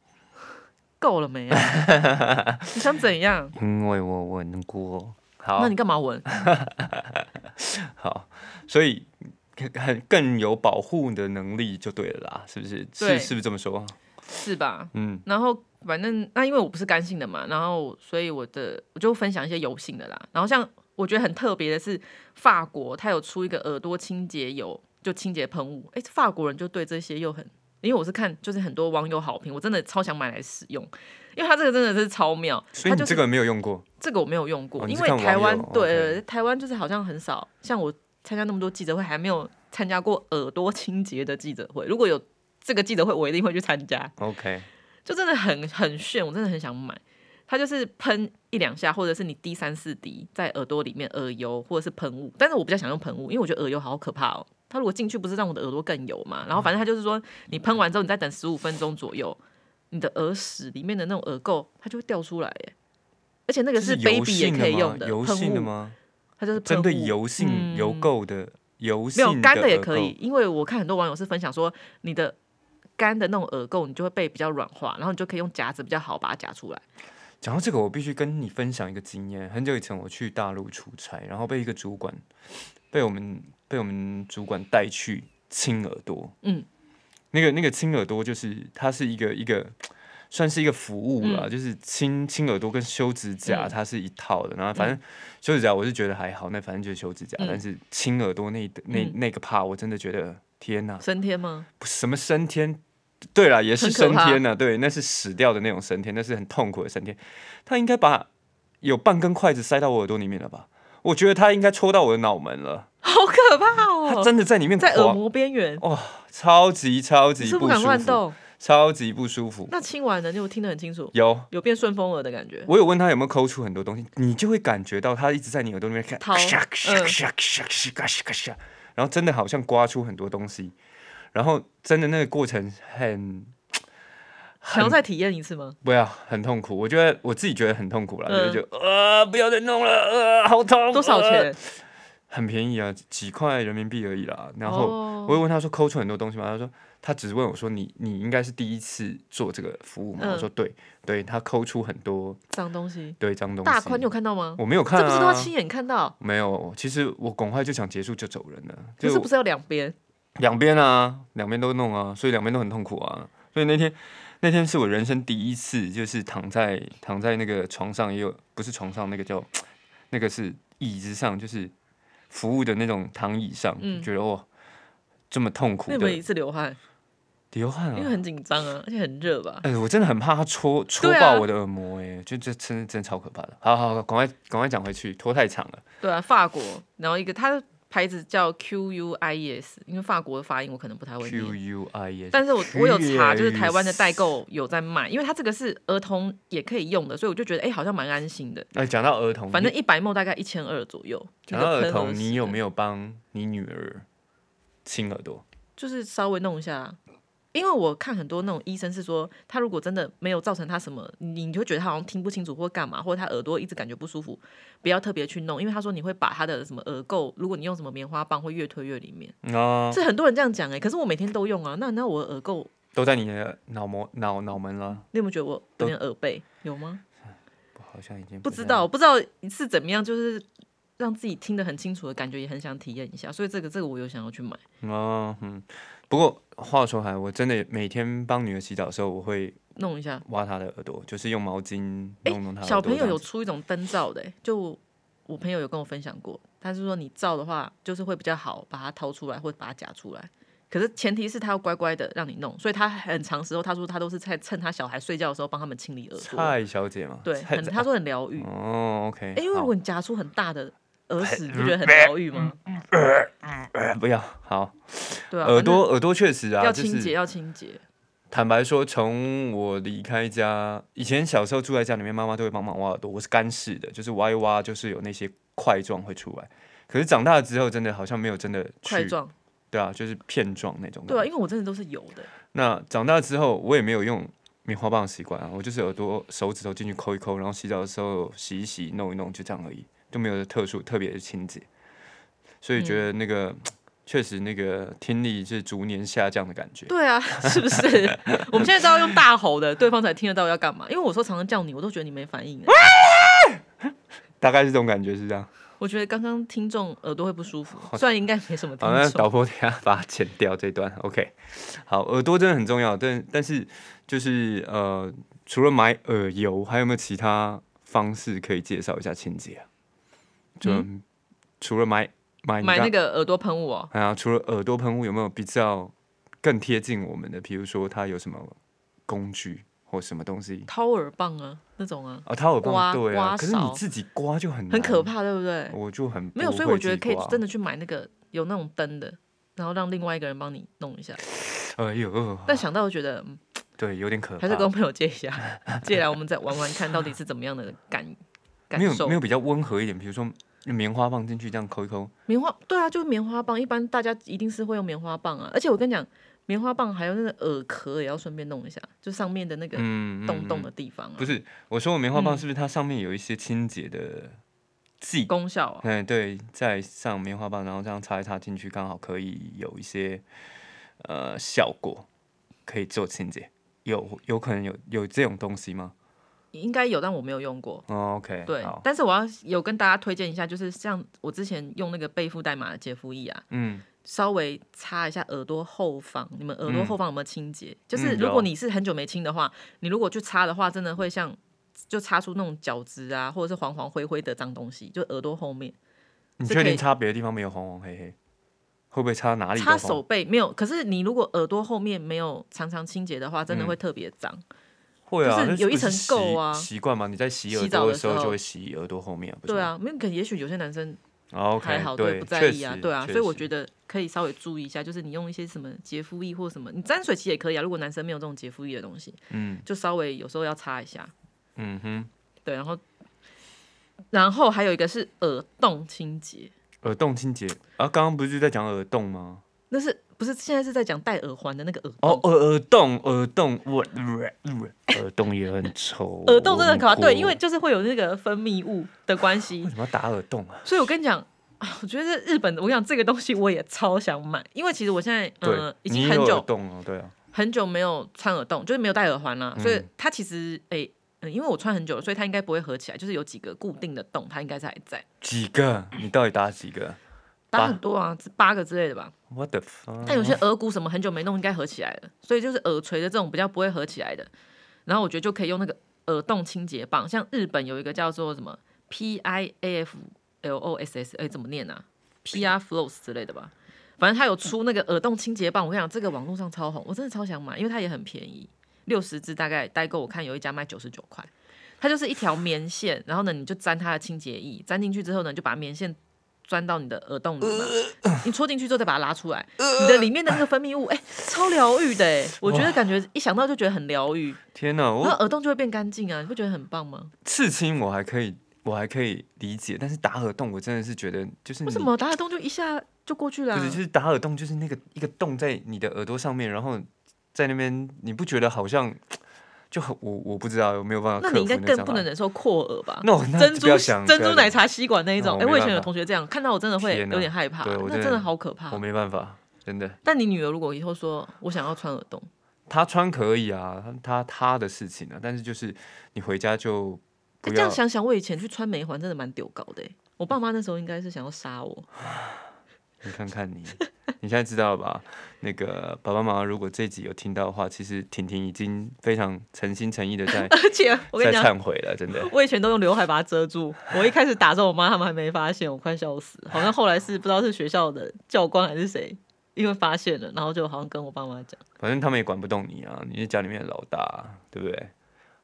[SPEAKER 2] 够了没啊？ 你想怎样？
[SPEAKER 1] 因为我闻过。好
[SPEAKER 2] 那你干嘛闻？
[SPEAKER 1] 好，所以很更有保护的能力就对了啦，是不是？是
[SPEAKER 2] 对
[SPEAKER 1] 是不是这么说？
[SPEAKER 2] 是吧？
[SPEAKER 1] 嗯，
[SPEAKER 2] 然后反正那因为我不是干性的嘛，然后所以我的我就分享一些油性的啦。然后像我觉得很特别的是，法国它有出一个耳朵清洁油，就清洁喷雾。哎，法国人就对这些又很，因为我是看就是很多网友好评，我真的超想买来使用，因为它这个真的是超妙。
[SPEAKER 1] 所以
[SPEAKER 2] 它
[SPEAKER 1] 你
[SPEAKER 2] 就
[SPEAKER 1] 这
[SPEAKER 2] 是
[SPEAKER 1] 个没有用过，
[SPEAKER 2] 这个我没有用过，
[SPEAKER 1] 哦你
[SPEAKER 2] 因
[SPEAKER 1] 是
[SPEAKER 2] 为
[SPEAKER 1] 看
[SPEAKER 2] 台
[SPEAKER 1] 网
[SPEAKER 2] 湾
[SPEAKER 1] 友
[SPEAKER 2] 对台湾就是好像很少，像我参加那么多记者会，还没有参加过耳朵清洁的记者会。如果有这个记者会，我一定会去参加，
[SPEAKER 1] OK，
[SPEAKER 2] 就真的很很炫，我真的很想买。它就是喷一两下，或者是你滴三四滴在耳朵里面，耳油或者是喷雾。但是我比较想用喷雾，因为我觉得耳油好可怕哦。它如果进去，不是让我的耳朵更油
[SPEAKER 1] 嗯
[SPEAKER 2] 嘛？然后反正它就是说，你喷完之后，你再等十五分钟左右，你的耳屎里面的那种耳垢，它就会掉出来耶。而且那个
[SPEAKER 1] 是油
[SPEAKER 2] baby 也
[SPEAKER 1] 性
[SPEAKER 2] 可
[SPEAKER 1] 的
[SPEAKER 2] 以用
[SPEAKER 1] 吗？
[SPEAKER 2] 的
[SPEAKER 1] 油
[SPEAKER 2] 喷
[SPEAKER 1] 性的
[SPEAKER 2] 雾，
[SPEAKER 1] 吗？
[SPEAKER 2] 它就是
[SPEAKER 1] 针
[SPEAKER 2] 喷
[SPEAKER 1] 对
[SPEAKER 2] 雾
[SPEAKER 1] 油性、油
[SPEAKER 2] 嗯
[SPEAKER 1] 垢的油
[SPEAKER 2] 没
[SPEAKER 1] 性
[SPEAKER 2] 有干的也
[SPEAKER 1] 耳
[SPEAKER 2] 可以，
[SPEAKER 1] 垢，
[SPEAKER 2] 因为我看很多网友是分享说，你的干的那种耳垢，你就会被比较软化，然后你就可以用夹子比较好把它夹出来。
[SPEAKER 1] 讲到这个，我必须跟你分享一个经验。很久以前我去大陆出差，然后被一个主管，被我们被我们主管带去亲耳朵。
[SPEAKER 2] 嗯，
[SPEAKER 1] 那个那个亲耳朵就是它是一个一个算是一个服务啦，就是亲亲耳朵跟修指甲
[SPEAKER 2] 嗯
[SPEAKER 1] 它是一套的。然后反正修指甲我是觉得还好，那反正就是修指甲，
[SPEAKER 2] 嗯
[SPEAKER 1] 但是亲耳朵那一那
[SPEAKER 2] 嗯
[SPEAKER 1] 那个怕我真的觉得天哪，
[SPEAKER 2] 升天吗？
[SPEAKER 1] 什么升天？对啦，也是
[SPEAKER 2] 很可
[SPEAKER 1] 升
[SPEAKER 2] 怕
[SPEAKER 1] 天呐、对，那是死掉的那种升天，那是很痛苦的升天。他应该把有半根筷子塞到我耳朵里面了吧？我觉得他应该戳到我的脑门了，
[SPEAKER 2] 好可怕
[SPEAKER 1] 他
[SPEAKER 2] 哦！
[SPEAKER 1] 真的在里面
[SPEAKER 2] 在耳
[SPEAKER 1] 狂，
[SPEAKER 2] 膜边缘，
[SPEAKER 1] 超级超
[SPEAKER 2] 你
[SPEAKER 1] 级
[SPEAKER 2] 是不
[SPEAKER 1] 不
[SPEAKER 2] 敢
[SPEAKER 1] 舒
[SPEAKER 2] 乱
[SPEAKER 1] 服，
[SPEAKER 2] 动。
[SPEAKER 1] 超级不舒服。
[SPEAKER 2] 那亲完了，你有听得很清楚，
[SPEAKER 1] 有，
[SPEAKER 2] 有变顺风耳的感觉。
[SPEAKER 1] 我有问他有没有抠出很多东西，你就会感觉到他一直在你耳朵里面看，
[SPEAKER 2] 掏
[SPEAKER 1] 咔嚓咔嚓
[SPEAKER 2] 嗯
[SPEAKER 1] 咔嚓咔嚓咔嚓咔嚓，然后真的好像刮出很多东西，然后真的那个过程很
[SPEAKER 2] 想要再体验一次吗？
[SPEAKER 1] 不要，很痛苦。我觉得我自己觉得很痛苦了，
[SPEAKER 2] 嗯
[SPEAKER 1] 就就呃，不要再弄了，呃，好痛。
[SPEAKER 2] 多少
[SPEAKER 1] 呃
[SPEAKER 2] 钱？
[SPEAKER 1] 很便宜啊，几块人民币而已啦。然后
[SPEAKER 2] 哦
[SPEAKER 1] 我也问他说抠出很多东西吗？他说他只是问我说你你应该是第一次做这个服务嘛？
[SPEAKER 2] 嗯
[SPEAKER 1] 我说对，对他抠出很多
[SPEAKER 2] 脏东西，
[SPEAKER 1] 对脏东西。
[SPEAKER 2] 大宽你有看到吗？
[SPEAKER 1] 我没有看
[SPEAKER 2] 这不是都要
[SPEAKER 1] 啊，
[SPEAKER 2] 亲眼看到？
[SPEAKER 1] 没有。其实我赶快就想结束就走人了，
[SPEAKER 2] 可
[SPEAKER 1] 就是
[SPEAKER 2] 不是要两边？
[SPEAKER 1] 两边啊，两边都弄啊，所以两边都很痛苦啊。所以那天那天是我人生第一次，就是躺在躺在那个床上，也有不是床上那个叫那个是椅子上，就是服务的那种躺椅上，
[SPEAKER 2] 嗯
[SPEAKER 1] 就觉得哦这么痛苦
[SPEAKER 2] 那有没有一
[SPEAKER 1] 的
[SPEAKER 2] 次流汗？
[SPEAKER 1] 流汗
[SPEAKER 2] 因为
[SPEAKER 1] 啊。
[SPEAKER 2] 很紧张啊，而且很热吧？
[SPEAKER 1] 哎、我真的很怕它戳戳
[SPEAKER 2] 对啊
[SPEAKER 1] 爆我的耳膜、哎、就这真的真的超可怕的。好好好，赶快赶快讲回去，拖太长了。
[SPEAKER 2] 对啊，法国，然后一个它的牌子叫 Q U I E S，因为法国的发音我可能不太会
[SPEAKER 1] Q
[SPEAKER 2] 念。
[SPEAKER 1] U I E S，
[SPEAKER 2] 但是我我有查，就是
[SPEAKER 1] E
[SPEAKER 2] 台湾的代购有在卖，因为它这个是儿童也可以用的，所以我就觉得哎、好像蛮安心的。
[SPEAKER 1] 哎，讲到儿童，
[SPEAKER 2] 反正
[SPEAKER 1] 你
[SPEAKER 2] 一百梦大概一千二左右。
[SPEAKER 1] 讲到儿童，
[SPEAKER 2] 那个喷
[SPEAKER 1] 你有
[SPEAKER 2] 屎
[SPEAKER 1] 没有帮你女儿亲耳朵？
[SPEAKER 2] 就是稍微弄一下啊？因为我看很多那种医生是说，他如果真的没有造成他什么，你你就会觉得他好像听不清楚或干嘛，或者他耳朵一直感觉不舒服，不要特别去弄，因为他说你会把他的什么耳垢，如果你用什么棉花棒，会越推越里面。
[SPEAKER 1] 啊，
[SPEAKER 2] 是很多人这样讲哎、可是我每天都用啊。那那我的耳垢，
[SPEAKER 1] 都在你的脑膜脑脑门了，
[SPEAKER 2] 你有没有觉得我
[SPEAKER 1] 都
[SPEAKER 2] 有点耳背？有吗？
[SPEAKER 1] 我好像已经
[SPEAKER 2] 不
[SPEAKER 1] 太
[SPEAKER 2] 知道，。不知道是怎么样，就是让自己听得很清楚的感觉，也很想体验一下。所以这个这个我有想要去买。
[SPEAKER 1] 哦，嗯，不过话说回来，我真的每天帮女儿洗澡的时候，我会
[SPEAKER 2] 弄一下。
[SPEAKER 1] 挖她的耳朵，就是用毛巾
[SPEAKER 2] 哎
[SPEAKER 1] 弄弄她的
[SPEAKER 2] 小
[SPEAKER 1] 耳朵
[SPEAKER 2] 朋
[SPEAKER 1] 这
[SPEAKER 2] 友有
[SPEAKER 1] 样子。
[SPEAKER 2] 出一种灯罩的、欸，就我我朋友有跟我分享过，他是说你照的话，就是会比较好把它掏出来或者把它夹出来。可是前提是他要乖乖的让你弄，所以他很长时候他说他都是在趁他小孩睡觉的时候帮他们清理耳朵，
[SPEAKER 1] 蔡小姐嘛，
[SPEAKER 2] 对，
[SPEAKER 1] 蔡
[SPEAKER 2] 很他说很疗愈。
[SPEAKER 1] 哦，OK，
[SPEAKER 2] 哎、因为如
[SPEAKER 1] 好
[SPEAKER 2] 果你夹出很大的耳 屎，你不觉得很疗愈吗？
[SPEAKER 1] 呃不要好
[SPEAKER 2] 对啊，
[SPEAKER 1] 耳朵耳朵确实
[SPEAKER 2] 反正
[SPEAKER 1] 啊，
[SPEAKER 2] 要
[SPEAKER 1] 就
[SPEAKER 2] 清洁，
[SPEAKER 1] 是
[SPEAKER 2] 要清洁。
[SPEAKER 1] 坦白说，从我离开家，以前小时候住在家里面，妈妈都会帮忙挖耳朵，我是干式的，就是挖一挖，就是有那些块状会出来。可是长大之后，真的好像没有真的去
[SPEAKER 2] 块，状，
[SPEAKER 1] 对啊，就是片状那种。
[SPEAKER 2] 对啊，因为我真的都是有的，
[SPEAKER 1] 那长大之后，我也没有用棉花棒的习惯啊，我就是耳朵、手指头进去抠一抠，然后洗澡的时候洗一洗、弄一弄，就这样而已，就没有特殊特别的清洁。所以
[SPEAKER 2] 嗯
[SPEAKER 1] 觉得那个确、实那个听力是逐年下降的感觉。
[SPEAKER 2] 对啊， 是不是？我们现在都要用大吼的，对方才听得到要干嘛。因为我说常常叫你，我都觉得你没反应欸。
[SPEAKER 1] 大概是这种感觉是这样。
[SPEAKER 2] 我觉得刚刚听众耳朵会不舒服，虽然应该没什么 听
[SPEAKER 1] 好，那
[SPEAKER 2] 众。
[SPEAKER 1] 导播等一下把它剪掉这段。OK，好，耳朵真的很重要，但但是就是呃，除了买耳油，还有没有其他方式可以介绍一下清洁啊？就、除了买买你
[SPEAKER 2] 嗯买
[SPEAKER 1] 刚
[SPEAKER 2] 那个耳朵喷雾哦，
[SPEAKER 1] 啊，除了耳朵喷雾，有没有比较更贴近我们的？比如说它有什么工具或什么东西？
[SPEAKER 2] 掏耳棒啊，那种啊，
[SPEAKER 1] 啊，它有
[SPEAKER 2] 刮
[SPEAKER 1] 棒对啊，
[SPEAKER 2] 刮
[SPEAKER 1] 可是你
[SPEAKER 2] 勺
[SPEAKER 1] 自己刮就很
[SPEAKER 2] 很可
[SPEAKER 1] 难，
[SPEAKER 2] 怕，对不对？
[SPEAKER 1] 我就很
[SPEAKER 2] 没有，
[SPEAKER 1] 不
[SPEAKER 2] 所以
[SPEAKER 1] 会
[SPEAKER 2] 我觉
[SPEAKER 1] 自
[SPEAKER 2] 得
[SPEAKER 1] 己
[SPEAKER 2] 可以
[SPEAKER 1] 刮
[SPEAKER 2] 真的去买那个有那种灯的，然后让另外一个人帮你弄一下。
[SPEAKER 1] 哎呦，
[SPEAKER 2] 但想到我觉得嗯
[SPEAKER 1] 对，有点可怕
[SPEAKER 2] 还是，跟朋友借一下，借来我们再玩玩看到底是怎么样的感感
[SPEAKER 1] 没有
[SPEAKER 2] 受
[SPEAKER 1] 没。有比较温和一点，比如说棉花棒进去这样抠一抠，
[SPEAKER 2] 棉花对啊，就是棉花棒，一般大家一定是会用棉花棒啊。而且我跟你讲，棉花棒还有那个耳壳也要顺便弄一下，就上面的那个
[SPEAKER 1] 嗯，嗯
[SPEAKER 2] 洞
[SPEAKER 1] 嗯
[SPEAKER 2] 洞。的地方啊，
[SPEAKER 1] 不是，我说我棉花棒
[SPEAKER 2] 嗯
[SPEAKER 1] 是不是它上面有一些清洁的剂？
[SPEAKER 2] 功效啊。
[SPEAKER 1] 嗯，对，在上棉花棒，然后这样插一插进去，刚好可以有一些呃效果，可以做清洁。有有可能有有这种东西吗、
[SPEAKER 2] 应该有，但我没有用过。
[SPEAKER 1] 哦、？OK，
[SPEAKER 2] 对
[SPEAKER 1] 好，，
[SPEAKER 2] 但是我要有跟大家推荐一下，就是像我之前用那个背负代码的洁肤液啊，
[SPEAKER 1] 嗯，
[SPEAKER 2] 稍微擦一下耳朵后方，你们耳朵
[SPEAKER 1] 嗯
[SPEAKER 2] 后方有没有清洁？就是
[SPEAKER 1] 嗯
[SPEAKER 2] 如
[SPEAKER 1] 有
[SPEAKER 2] 果你是很久没清的话，你如果去擦的话，真的会像就擦出那种角质啊，或者是黄黄灰灰的脏东西，就耳朵后面。
[SPEAKER 1] 你
[SPEAKER 2] 是
[SPEAKER 1] 确
[SPEAKER 2] 可
[SPEAKER 1] 定
[SPEAKER 2] 以
[SPEAKER 1] 擦别的地方没有黄黄黑黑？会不会擦哪里都
[SPEAKER 2] 擦
[SPEAKER 1] 黄？
[SPEAKER 2] 手背没有，可是你如果耳朵后面没有常常清洁的话，真
[SPEAKER 1] 嗯
[SPEAKER 2] 的会特别脏。
[SPEAKER 1] 会啊，
[SPEAKER 2] 就是
[SPEAKER 1] 那
[SPEAKER 2] 有一
[SPEAKER 1] 不是
[SPEAKER 2] 层
[SPEAKER 1] 习
[SPEAKER 2] 垢啊
[SPEAKER 1] 习惯嘛，你在洗
[SPEAKER 2] 洗
[SPEAKER 1] 耳
[SPEAKER 2] 澡
[SPEAKER 1] 朵
[SPEAKER 2] 的时
[SPEAKER 1] 时候就
[SPEAKER 2] 候
[SPEAKER 1] 会洗耳朵后面啊，不是
[SPEAKER 2] 对
[SPEAKER 1] 吗
[SPEAKER 2] 啊，没有，可能也许有些男生
[SPEAKER 1] 哦，OK，
[SPEAKER 2] 还好，
[SPEAKER 1] 对，
[SPEAKER 2] 不在
[SPEAKER 1] 确
[SPEAKER 2] 意啊
[SPEAKER 1] 实，
[SPEAKER 2] 对啊，
[SPEAKER 1] 确
[SPEAKER 2] 所以我
[SPEAKER 1] 实
[SPEAKER 2] 觉得可以稍微注意一下，就是你用一些什么洁肤液或什么，你沾水其实也可以啊。如果男生没有这种洁肤液的东西，
[SPEAKER 1] 嗯
[SPEAKER 2] 就稍微有时候要擦一下，
[SPEAKER 1] 嗯哼，
[SPEAKER 2] 对，然后然后还有一个是耳洞清洁，
[SPEAKER 1] 耳洞清洁啊，刚刚不是在讲耳洞吗？
[SPEAKER 2] 那是不是现在是在讲戴耳环的那个耳洞？，
[SPEAKER 1] 哦，耳耳洞，耳洞，我耳洞也很臭
[SPEAKER 2] 耳洞真的很可怕，
[SPEAKER 1] 哦
[SPEAKER 2] 对，因为就是会有那个分泌物的关系
[SPEAKER 1] 为，什么要打耳洞啊？
[SPEAKER 2] 所以我跟你讲。啊我觉得日本的，我跟你讲这个东西我也超想买，因为其实我现在嗯、
[SPEAKER 1] 对，
[SPEAKER 2] 已
[SPEAKER 1] 你
[SPEAKER 2] 经
[SPEAKER 1] 也
[SPEAKER 2] 很
[SPEAKER 1] 有
[SPEAKER 2] 久
[SPEAKER 1] 耳洞哦，对啊，
[SPEAKER 2] 很久没有穿耳洞，就是没有戴耳环啦，
[SPEAKER 1] 嗯
[SPEAKER 2] 所以它其实诶、嗯，因为我穿很久了，所以它应该不会合起来，就是有几个固定的洞，它应该是还在，
[SPEAKER 1] 几个？你到底打几个
[SPEAKER 2] 打
[SPEAKER 1] 八
[SPEAKER 2] 很多啊，八个之类的吧。
[SPEAKER 1] ？What the fuck？
[SPEAKER 2] 但有些耳骨什么很久没弄，应该合起来了，所以就是耳垂的这种比较不会合起来的，然后我觉得就可以用那个耳洞清洁棒，像日本有一个叫做什么 P I A F L O S S，哎、怎么念啊？P R Flows 之类的吧。反正它有出那个耳洞清洁棒，我跟你讲，这个网络上超红，我真的超想买，因为它也很便宜，六十支大概代购，我看有一家卖九十九块。它就是一条棉线，然后呢，你就沾它的清洁液，沾进去之后呢，你就把棉线钻到你的耳洞里嘛，你戳进去之后再把它拉出来，你的里面的那个分泌物，哎、超疗愈的哎，我觉得感觉一想到就觉得很疗愈，
[SPEAKER 1] 天哪，
[SPEAKER 2] 然后
[SPEAKER 1] 我
[SPEAKER 2] 耳洞就会变干净啊，你不觉得很棒吗？
[SPEAKER 1] 刺青我还可以，我还可以理解，但是打耳洞我真的是觉得就是
[SPEAKER 2] 为
[SPEAKER 1] 你
[SPEAKER 2] 什么打耳洞就一下就过去了、啊
[SPEAKER 1] 不是，就是打耳洞，就是那个一个洞在你的耳朵上面，然后在那边，你不觉得好像就很我我不知道有没有办法
[SPEAKER 2] 那
[SPEAKER 1] 克服
[SPEAKER 2] 你应该
[SPEAKER 1] 个
[SPEAKER 2] 更
[SPEAKER 1] 障
[SPEAKER 2] 不能
[SPEAKER 1] 碍。
[SPEAKER 2] 忍受扩耳吧？
[SPEAKER 1] No，那
[SPEAKER 2] 珍
[SPEAKER 1] 不
[SPEAKER 2] 珠
[SPEAKER 1] 要想
[SPEAKER 2] 珍珠奶。
[SPEAKER 1] 不要
[SPEAKER 2] 茶吸管那一种，
[SPEAKER 1] 哦
[SPEAKER 2] 哎、
[SPEAKER 1] 我
[SPEAKER 2] 我
[SPEAKER 1] 没
[SPEAKER 2] 以前
[SPEAKER 1] 办
[SPEAKER 2] 有
[SPEAKER 1] 法
[SPEAKER 2] 同学这样，看到我真的会
[SPEAKER 1] 天哪
[SPEAKER 2] 有点害怕，
[SPEAKER 1] 对我
[SPEAKER 2] 那
[SPEAKER 1] 真
[SPEAKER 2] 真的
[SPEAKER 1] 的
[SPEAKER 2] 好可怕
[SPEAKER 1] 想我。没办法，真的。
[SPEAKER 2] 但你女儿如果以后说我想要穿耳洞，
[SPEAKER 1] 他穿可以啊，他他的事情啊，但是就是你回家就
[SPEAKER 2] 哎
[SPEAKER 1] 不
[SPEAKER 2] 这
[SPEAKER 1] 要
[SPEAKER 2] 样。想想，我以前去穿眉环真的蛮丢高的、哎我爸妈那时候应该是想要杀我，
[SPEAKER 1] 你看看你，你现在知道了吧？那个爸爸妈妈如果这一集有听到的话，其实婷婷已经非常诚心诚意的在
[SPEAKER 2] 而且 我跟
[SPEAKER 1] 在
[SPEAKER 2] 你讲，
[SPEAKER 1] 忏悔了，真的。
[SPEAKER 2] 我以前都用刘海把它遮住。我一开始打之后，我妈他们还没发现，我快笑死。好像后来是不知道是学校的教官还是谁，因为发现了，然后就好像跟我爸妈讲，
[SPEAKER 1] 反正他们也管不动你啊，你是家里面的老大啊、对不对？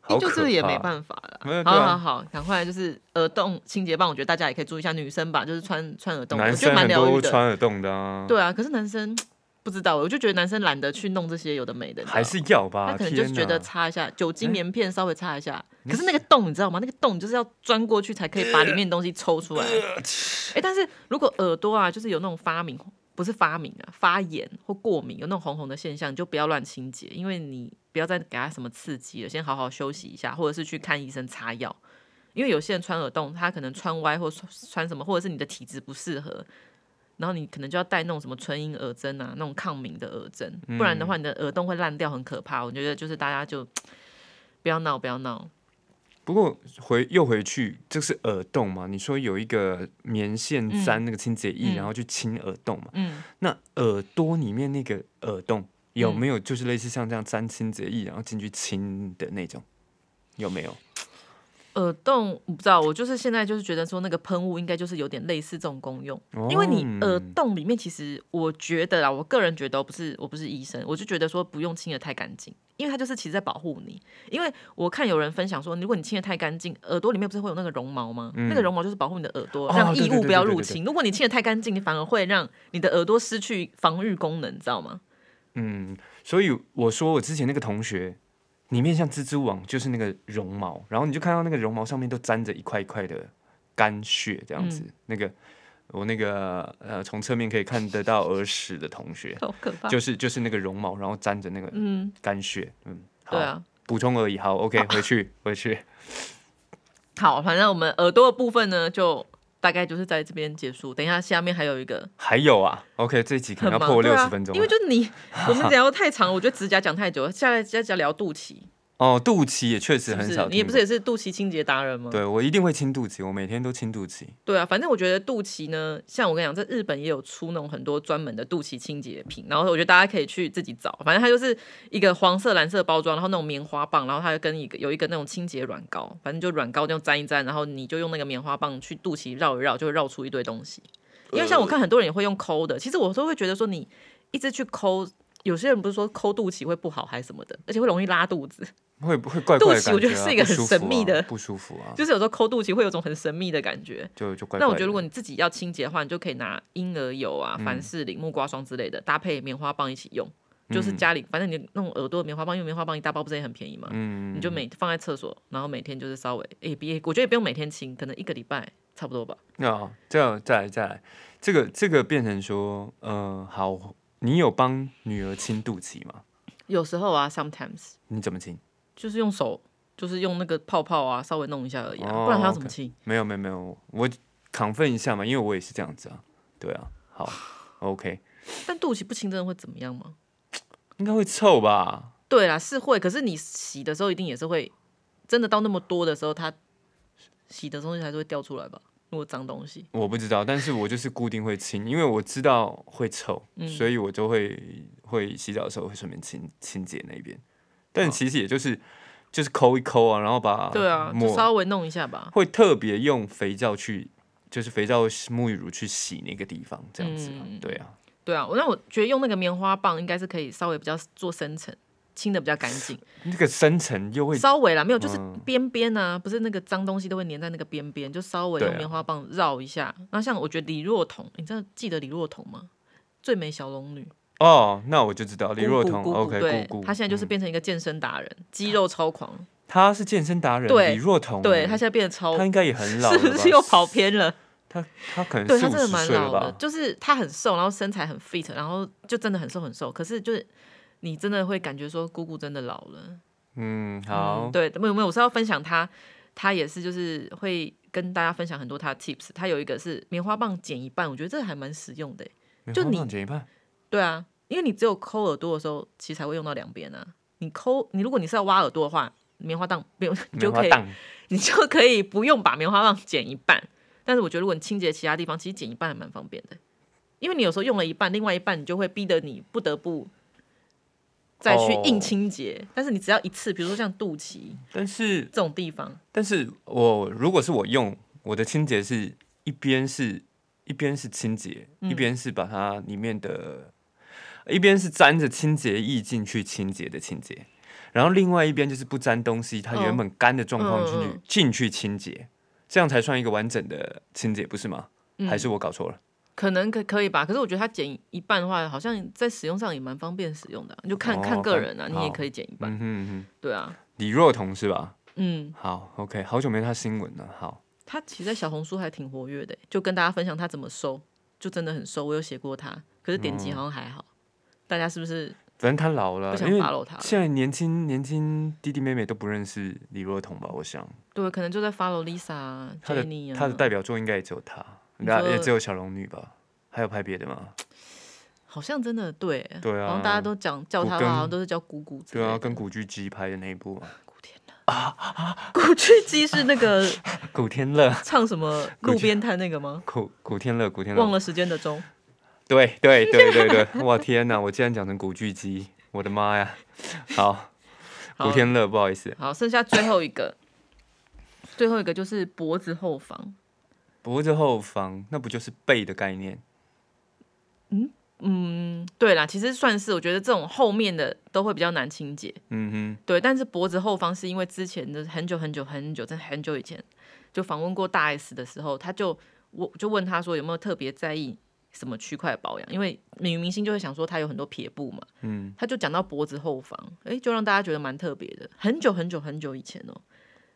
[SPEAKER 1] 好
[SPEAKER 2] 就
[SPEAKER 1] 可
[SPEAKER 2] 是也没
[SPEAKER 1] 怕啊
[SPEAKER 2] 办法了。
[SPEAKER 1] 没有对
[SPEAKER 2] 好
[SPEAKER 1] 啊
[SPEAKER 2] 好好，赶快就是耳洞清洁棒，我觉得大家也可以注意一下，女生吧，就是穿穿耳洞，我
[SPEAKER 1] 男
[SPEAKER 2] 觉得
[SPEAKER 1] 生
[SPEAKER 2] 蛮
[SPEAKER 1] 很
[SPEAKER 2] 疗愈
[SPEAKER 1] 多
[SPEAKER 2] 的。
[SPEAKER 1] 穿耳洞的啊，
[SPEAKER 2] 对啊，可是男生不知道，我就觉得男生懒得去弄这些有的没的，你知道
[SPEAKER 1] 还是要吧？
[SPEAKER 2] 他可能就是
[SPEAKER 1] 天
[SPEAKER 2] 觉得
[SPEAKER 1] 哪
[SPEAKER 2] 擦一下酒精
[SPEAKER 1] 哎
[SPEAKER 2] 棉片，稍微擦一下。可是那个洞你知道吗？那个洞你就是要钻过去才可以把里面东西抽出来。哎，但是如果耳朵啊，就是有那种发敏，不是发敏啊，发炎或过敏，有那种红红的现象，你就不要乱清洁，因为你不要再给他什么刺激了，先好好休息一下，或者是去看医生擦药。因为有些人穿耳洞，他可能穿歪或穿穿什么，或者是你的体质不适合，然后你可能就要戴那种什么纯银耳针啊，那种抗敏的耳针，不然的话你的耳洞会烂掉，很可怕。我觉得就是大家就不要闹，不要闹。
[SPEAKER 1] 不过回又回去，这是耳洞嘛？你说有一个棉线沾那个清洁液，
[SPEAKER 2] 嗯
[SPEAKER 1] 然后去清耳洞嘛？
[SPEAKER 2] 嗯，
[SPEAKER 1] 那耳朵里面那个耳洞有
[SPEAKER 2] 嗯
[SPEAKER 1] 没有就是类似像这样沾清洁液，然后进去清的那种？有没有？
[SPEAKER 2] 耳洞我不知道，我就是现在就是觉得说那个喷雾应该就是有点类似这种功用，
[SPEAKER 1] 哦
[SPEAKER 2] 因为你耳洞里面其实我觉得啦，我个人觉得我不是我不是医生，我就觉得说不用清的太干净。因为它就是其实在保护你，因为我看有人分享说，如果你清的太干净，耳朵里面不是会有那个绒毛吗？那个绒毛就是保护你的耳朵，
[SPEAKER 1] 嗯哦
[SPEAKER 2] 让
[SPEAKER 1] 对
[SPEAKER 2] 异
[SPEAKER 1] 对
[SPEAKER 2] 物
[SPEAKER 1] 对
[SPEAKER 2] 不要
[SPEAKER 1] 对对
[SPEAKER 2] 入
[SPEAKER 1] 对
[SPEAKER 2] 侵。如果你清的太干净，你反而会让你的耳朵失去防御功能，你知道吗？
[SPEAKER 1] 嗯，所以我说我之前那个同学，里面像蜘蛛网就是那个绒毛，然后你就看到那个绒毛上面都沾着一块一块的干屑，这样子。
[SPEAKER 2] 嗯
[SPEAKER 1] 那个我那个呃，从侧面可以看得到耳屎的同学，
[SPEAKER 2] 好可怕。
[SPEAKER 1] 就是就是那个绒毛，然后沾着那个
[SPEAKER 2] 嗯，
[SPEAKER 1] 干血，嗯，好
[SPEAKER 2] 对，啊。
[SPEAKER 1] 补充而已。好，OK，回去回去。
[SPEAKER 2] 好，反正我们耳朵的部分呢，就大概就是在这边结束。等一下，下面还有一个
[SPEAKER 1] 还有啊，OK，这一集可
[SPEAKER 2] 很
[SPEAKER 1] 能要
[SPEAKER 2] 忙，
[SPEAKER 1] 破
[SPEAKER 2] 对
[SPEAKER 1] 六
[SPEAKER 2] 啊
[SPEAKER 1] 十分钟
[SPEAKER 2] 因
[SPEAKER 1] 了、
[SPEAKER 2] 为就你我们聊得太长，我觉得指甲讲太久了，下来再讲聊肚 脐，
[SPEAKER 1] 哦，肚脐也确实
[SPEAKER 2] 是不
[SPEAKER 1] 很
[SPEAKER 2] 是
[SPEAKER 1] 少？
[SPEAKER 2] 你也
[SPEAKER 1] 听
[SPEAKER 2] 不
[SPEAKER 1] 过
[SPEAKER 2] 是也是肚脐清洁达人吗？
[SPEAKER 1] 对我一定会清肚脐，我每天都清肚脐。
[SPEAKER 2] 对啊，反正我觉得肚脐呢，像我跟你讲，这日本也有出那种很多专门的肚脐清洁品，然后我觉得大家可以去自己找。反正它就是一个黄色、蓝色的包装，然后那种棉花棒，然后它就跟一个有一个那种清洁软膏，反正就软膏这样沾一沾，然后你就用那个棉花棒去肚脐绕一绕，就会绕出一堆东西。因为像我看很多人也会用抠的，其实我都会觉得说你一直去抠，有些人不是说抠肚脐会不好还是什么的，而且会容易拉肚子。
[SPEAKER 1] 会不会怪怪的
[SPEAKER 2] 肚脐我觉得
[SPEAKER 1] 感啊
[SPEAKER 2] 是一个
[SPEAKER 1] 不
[SPEAKER 2] 很
[SPEAKER 1] 舒服
[SPEAKER 2] 神秘
[SPEAKER 1] 啊
[SPEAKER 2] 的
[SPEAKER 1] 不舒服啊，
[SPEAKER 2] 就是有时候抠肚脐会有种很神秘的感觉。
[SPEAKER 1] 就就怪怪的。
[SPEAKER 2] 那我觉得，如果你自己要清洁的话，你就可以拿婴儿油
[SPEAKER 1] 嗯
[SPEAKER 2] 啊、凡士林、木瓜霜之类的，搭配棉花棒一起用。
[SPEAKER 1] 嗯
[SPEAKER 2] 就是家里，反正你那种耳朵的棉花棒，用棉花棒一大包不是也很便宜吗？
[SPEAKER 1] 嗯，
[SPEAKER 2] 你就每放在厕所，然后每天就是稍微也别，我觉得也不用每天清，可能一个礼拜差不多吧。
[SPEAKER 1] 那、哦、这样再来再来，这个这个变成说，呃，好，你有帮女儿清肚脐吗？
[SPEAKER 2] 有时候啊，sometimes
[SPEAKER 1] 你怎么清？
[SPEAKER 2] 就是用手，就是用那个泡泡啊，稍微弄一下而已、啊，
[SPEAKER 1] 哦
[SPEAKER 2] 不然还要怎么清？
[SPEAKER 1] 没有没有没有，我亢奋一下嘛，因为我也是这样子啊。对啊，好，OK，
[SPEAKER 2] 但肚脐不清真的会怎么样吗？
[SPEAKER 1] 应该会臭吧？
[SPEAKER 2] 对啦，是会，可是你洗的时候一定也是会，真的到那么多的时候，它洗的东西还是会掉出来吧？如果脏东西。
[SPEAKER 1] 我不知道，但是我就是固定会清，因为我知道会臭，所
[SPEAKER 2] 嗯
[SPEAKER 1] 以我就会会洗澡的时候会顺便清清洁那边。但其实也就是、就是抠一抠啊，然后把
[SPEAKER 2] 哦对啊，就
[SPEAKER 1] 抹
[SPEAKER 2] 稍微弄一下吧。
[SPEAKER 1] 会特别用肥皂去，就是肥皂沐浴乳去洗那个地方，这样子啊、
[SPEAKER 2] 嗯
[SPEAKER 1] 对啊，
[SPEAKER 2] 对啊，我那我觉得用那个棉花棒应该是可以稍微比较做深层，清的比较干净，
[SPEAKER 1] 那个深层又会
[SPEAKER 2] 稍微啦，没有就是
[SPEAKER 1] 嗯
[SPEAKER 2] 边边啊，不是那个脏东西都会粘在那个边边，就稍微
[SPEAKER 1] 对啊
[SPEAKER 2] 用棉花棒绕一下。那像我觉得李若彤，你真的记得李若彤吗？最美小龙女，
[SPEAKER 1] 哦，那我就知道李若
[SPEAKER 2] 姑
[SPEAKER 1] 彤
[SPEAKER 2] 姑姑姑
[SPEAKER 1] ，OK，
[SPEAKER 2] 对
[SPEAKER 1] 姑姑，嗯
[SPEAKER 2] 她现在就是变成一个健身达人，肌肉超狂，
[SPEAKER 1] 她是健身达人，
[SPEAKER 2] 对
[SPEAKER 1] 李若彤，
[SPEAKER 2] 对她现在变得
[SPEAKER 1] 嗯
[SPEAKER 2] 超
[SPEAKER 1] 她，应该也很老
[SPEAKER 2] 是
[SPEAKER 1] 了吧，
[SPEAKER 2] 不是又跑偏了？
[SPEAKER 1] 她她可能
[SPEAKER 2] 对
[SPEAKER 1] 四
[SPEAKER 2] 他
[SPEAKER 1] 五
[SPEAKER 2] 真的
[SPEAKER 1] 十
[SPEAKER 2] 蛮
[SPEAKER 1] 岁了
[SPEAKER 2] 老的
[SPEAKER 1] 吧，？
[SPEAKER 2] 就是他很瘦，然后身材很 fit，然后就真的很瘦很瘦。可是就是你真的会感觉说姑姑真的老了。
[SPEAKER 1] 嗯，
[SPEAKER 2] 嗯
[SPEAKER 1] 好，
[SPEAKER 2] 对，没有没有，我是要分享他，他也是就是会跟大家分享很多他的 tips。他有一个是棉花棒剪一半，我觉得这个还蛮实用的欸。就
[SPEAKER 1] 棉花
[SPEAKER 2] 你
[SPEAKER 1] 棒剪一半，
[SPEAKER 2] 对啊，因为你只有抠耳朵的时候，其实才会用到两边啊。你抠你如果你是要挖耳朵的话，棉花棒不用 你
[SPEAKER 1] 棉
[SPEAKER 2] 就
[SPEAKER 1] 花
[SPEAKER 2] 可以
[SPEAKER 1] 棒，
[SPEAKER 2] 你就可以不用把棉花棒剪一半。但是我觉得，如果你清洁其他地方，其实剪一半还蛮方便的，因为你有时候用了一半，另外一半你就会逼得你不得不再去
[SPEAKER 1] 哦
[SPEAKER 2] 硬清洁。但是你只要一次，比如说像肚脐
[SPEAKER 1] 但是
[SPEAKER 2] 这种地方，
[SPEAKER 1] 但是我如果是我用我的清洁是一边是一边是清洁，
[SPEAKER 2] 嗯
[SPEAKER 1] 一边是把它里面的，一边是沾着清洁液进去清洁的清洁，然后另外一边就是不沾东西，它
[SPEAKER 2] 哦
[SPEAKER 1] 原本干的状况进去、
[SPEAKER 2] 嗯嗯嗯
[SPEAKER 1] 进去清洁，这样才算一个完整的清洁，不是吗？还是我搞错了？
[SPEAKER 2] 可能可可以吧，可是我觉得它减一半的话，好像在使用上也蛮方便使用的啊、你就看、
[SPEAKER 1] 哦
[SPEAKER 2] 看个人啊，
[SPEAKER 1] 看
[SPEAKER 2] 你也
[SPEAKER 1] 好
[SPEAKER 2] 可以减一半，
[SPEAKER 1] 嗯哼嗯哼，
[SPEAKER 2] 对啊，
[SPEAKER 1] 李若彤是吧？
[SPEAKER 2] 嗯，
[SPEAKER 1] 好，OK，好久没看新闻了。好，
[SPEAKER 2] 他其实在小红书还挺活跃的，欸就跟大家分享他怎么收，就真的很收，我有写过他，可是点
[SPEAKER 1] 嗯
[SPEAKER 2] 击好像还好，大家是不是
[SPEAKER 1] 反正他老了
[SPEAKER 2] 不，想
[SPEAKER 1] 因为
[SPEAKER 2] follow 他了？
[SPEAKER 1] 现在年轻年轻弟弟妹妹都不认识李若彤吧？我想
[SPEAKER 2] 对，可能就在 follow Lisa 啊、
[SPEAKER 1] 他的
[SPEAKER 2] Jenny 啊，
[SPEAKER 1] 他的代表作应该也只有他，
[SPEAKER 2] 你
[SPEAKER 1] 那
[SPEAKER 2] 说
[SPEAKER 1] 也只有小龙女吧？还有拍别的 吗？
[SPEAKER 2] 好像真的对，
[SPEAKER 1] 对
[SPEAKER 2] 好
[SPEAKER 1] 啊
[SPEAKER 2] 像，大家都讲叫
[SPEAKER 1] 古
[SPEAKER 2] 他的
[SPEAKER 1] 根
[SPEAKER 2] 话，好像都是叫姑姑之类
[SPEAKER 1] 对
[SPEAKER 2] 的。
[SPEAKER 1] 啊，跟古巨基拍的那一部嘛，
[SPEAKER 2] 古巨基是那个
[SPEAKER 1] 古天乐，
[SPEAKER 2] 唱什么
[SPEAKER 1] 古
[SPEAKER 2] 路
[SPEAKER 1] 巨
[SPEAKER 2] 边摊那个吗？
[SPEAKER 1] 古古天乐，古天乐
[SPEAKER 2] 忘，了时间的钟，
[SPEAKER 1] 对 对对对对，哇天哪！我竟然讲成古巨基，我的妈呀！好，古
[SPEAKER 2] 好
[SPEAKER 1] 天乐，不好意思，
[SPEAKER 2] 好，剩下最后一个，最后一个就是脖子后方。
[SPEAKER 1] 脖子后方那不就是背的概念？
[SPEAKER 2] 嗯，对啦，其实算是我觉得这种后面的都会比较难清洁，
[SPEAKER 1] 嗯
[SPEAKER 2] 对。但是脖子后方是因为之前的很久很久很久，真的很久以前就访问过大 S 的时候，他就我就问他说有没有特别在意什么区块保养，因为女明星就会想说她有很多撇步嘛，
[SPEAKER 1] 哼，嗯，
[SPEAKER 2] 他就讲到脖子后方，诶，就让大家觉得蛮特别的。很久很久很久以前哦，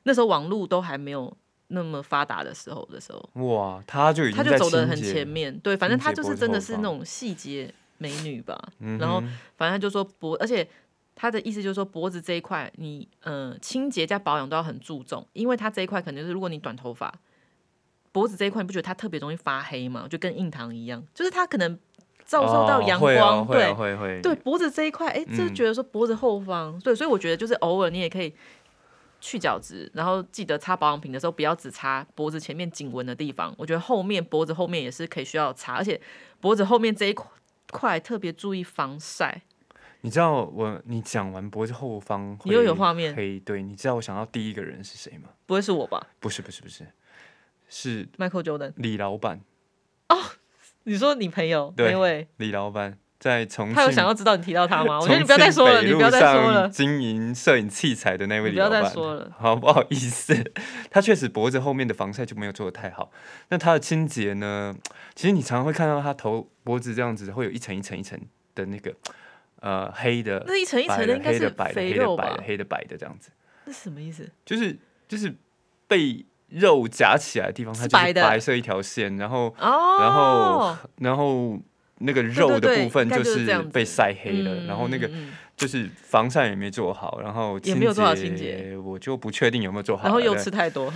[SPEAKER 2] 那时候网络都还没有那么发达的时候的时候，
[SPEAKER 1] 哇，他就已经
[SPEAKER 2] 他就
[SPEAKER 1] 在
[SPEAKER 2] 走得
[SPEAKER 1] 清
[SPEAKER 2] 很
[SPEAKER 1] 洁
[SPEAKER 2] 前面。对，反正
[SPEAKER 1] 清
[SPEAKER 2] 他
[SPEAKER 1] 洁
[SPEAKER 2] 就
[SPEAKER 1] 脖
[SPEAKER 2] 是
[SPEAKER 1] 子
[SPEAKER 2] 真的
[SPEAKER 1] 后
[SPEAKER 2] 是
[SPEAKER 1] 方
[SPEAKER 2] 那种细节美女吧。
[SPEAKER 1] 嗯哼
[SPEAKER 2] 然后反正他就说脖，而且他的意思就是说脖子这一块，你呃清洁加保养都要很注重，因为它这一块可能就是如果你短头发，脖子这一块你不觉得它特别容易发黑吗？就跟印堂一样，就是它可能照射到
[SPEAKER 1] 哦
[SPEAKER 2] 阳
[SPEAKER 1] 会哦
[SPEAKER 2] 光，
[SPEAKER 1] 会
[SPEAKER 2] 对嗯
[SPEAKER 1] 哦，会会
[SPEAKER 2] 对，脖子这一块，哎、这
[SPEAKER 1] 嗯
[SPEAKER 2] 觉得说脖子后方，对，所以我觉得就是偶尔你也可以去角质，然后记得擦保养品的时候不要只擦脖子前面颈纹的地方，我觉得后面脖子后面也是可以需要擦，而且脖子后面这一块块特别注意防晒，
[SPEAKER 1] 你知道我你讲完脖子后方，
[SPEAKER 2] 你又有画面
[SPEAKER 1] 可以对，你知道我想到第一个人是谁吗？
[SPEAKER 2] 不会是我吧
[SPEAKER 1] 不是不是不是，是
[SPEAKER 2] ？Michael Jordan，
[SPEAKER 1] 李老板，
[SPEAKER 2] 你说你朋友
[SPEAKER 1] 对
[SPEAKER 2] 那位，
[SPEAKER 1] 李老板在重庆，
[SPEAKER 2] 他有想要知道你提到他吗？我
[SPEAKER 1] 重
[SPEAKER 2] 觉
[SPEAKER 1] 庆
[SPEAKER 2] 得你不要再说了，你不要再说
[SPEAKER 1] 北路
[SPEAKER 2] 了
[SPEAKER 1] 上。经营摄影器材的那位李
[SPEAKER 2] 你不要
[SPEAKER 1] 老
[SPEAKER 2] 再
[SPEAKER 1] 板，
[SPEAKER 2] 说了
[SPEAKER 1] 好不好意思？ 他确实脖子后面的防晒就没有做的太好。那他的清洁呢？其实你常常会看到他头脖子这样子会有一层一层一层的那个呃黑的，
[SPEAKER 2] 那一层一层
[SPEAKER 1] 白
[SPEAKER 2] 的
[SPEAKER 1] 的
[SPEAKER 2] 应该
[SPEAKER 1] 黑的
[SPEAKER 2] 是
[SPEAKER 1] 白的
[SPEAKER 2] 肥
[SPEAKER 1] 黑的
[SPEAKER 2] 肉
[SPEAKER 1] 白
[SPEAKER 2] 吧
[SPEAKER 1] 的？黑的白的这样子，
[SPEAKER 2] 那是什么意思？
[SPEAKER 1] 就是就是被肉夹起来的地方，它
[SPEAKER 2] 是
[SPEAKER 1] 就是
[SPEAKER 2] 白的
[SPEAKER 1] 白色一条线，然后
[SPEAKER 2] 哦，
[SPEAKER 1] 然后然后那个肉的
[SPEAKER 2] 对
[SPEAKER 1] 部分
[SPEAKER 2] 应该就是是这样子
[SPEAKER 1] 被晒黑了，
[SPEAKER 2] 嗯
[SPEAKER 1] 然后那个
[SPEAKER 2] 嗯嗯嗯
[SPEAKER 1] 就是防晒也没做好，然后
[SPEAKER 2] 也没有做好清
[SPEAKER 1] 洁，我就不确定有没有做好。
[SPEAKER 2] 然后又
[SPEAKER 1] 对
[SPEAKER 2] 吃太多，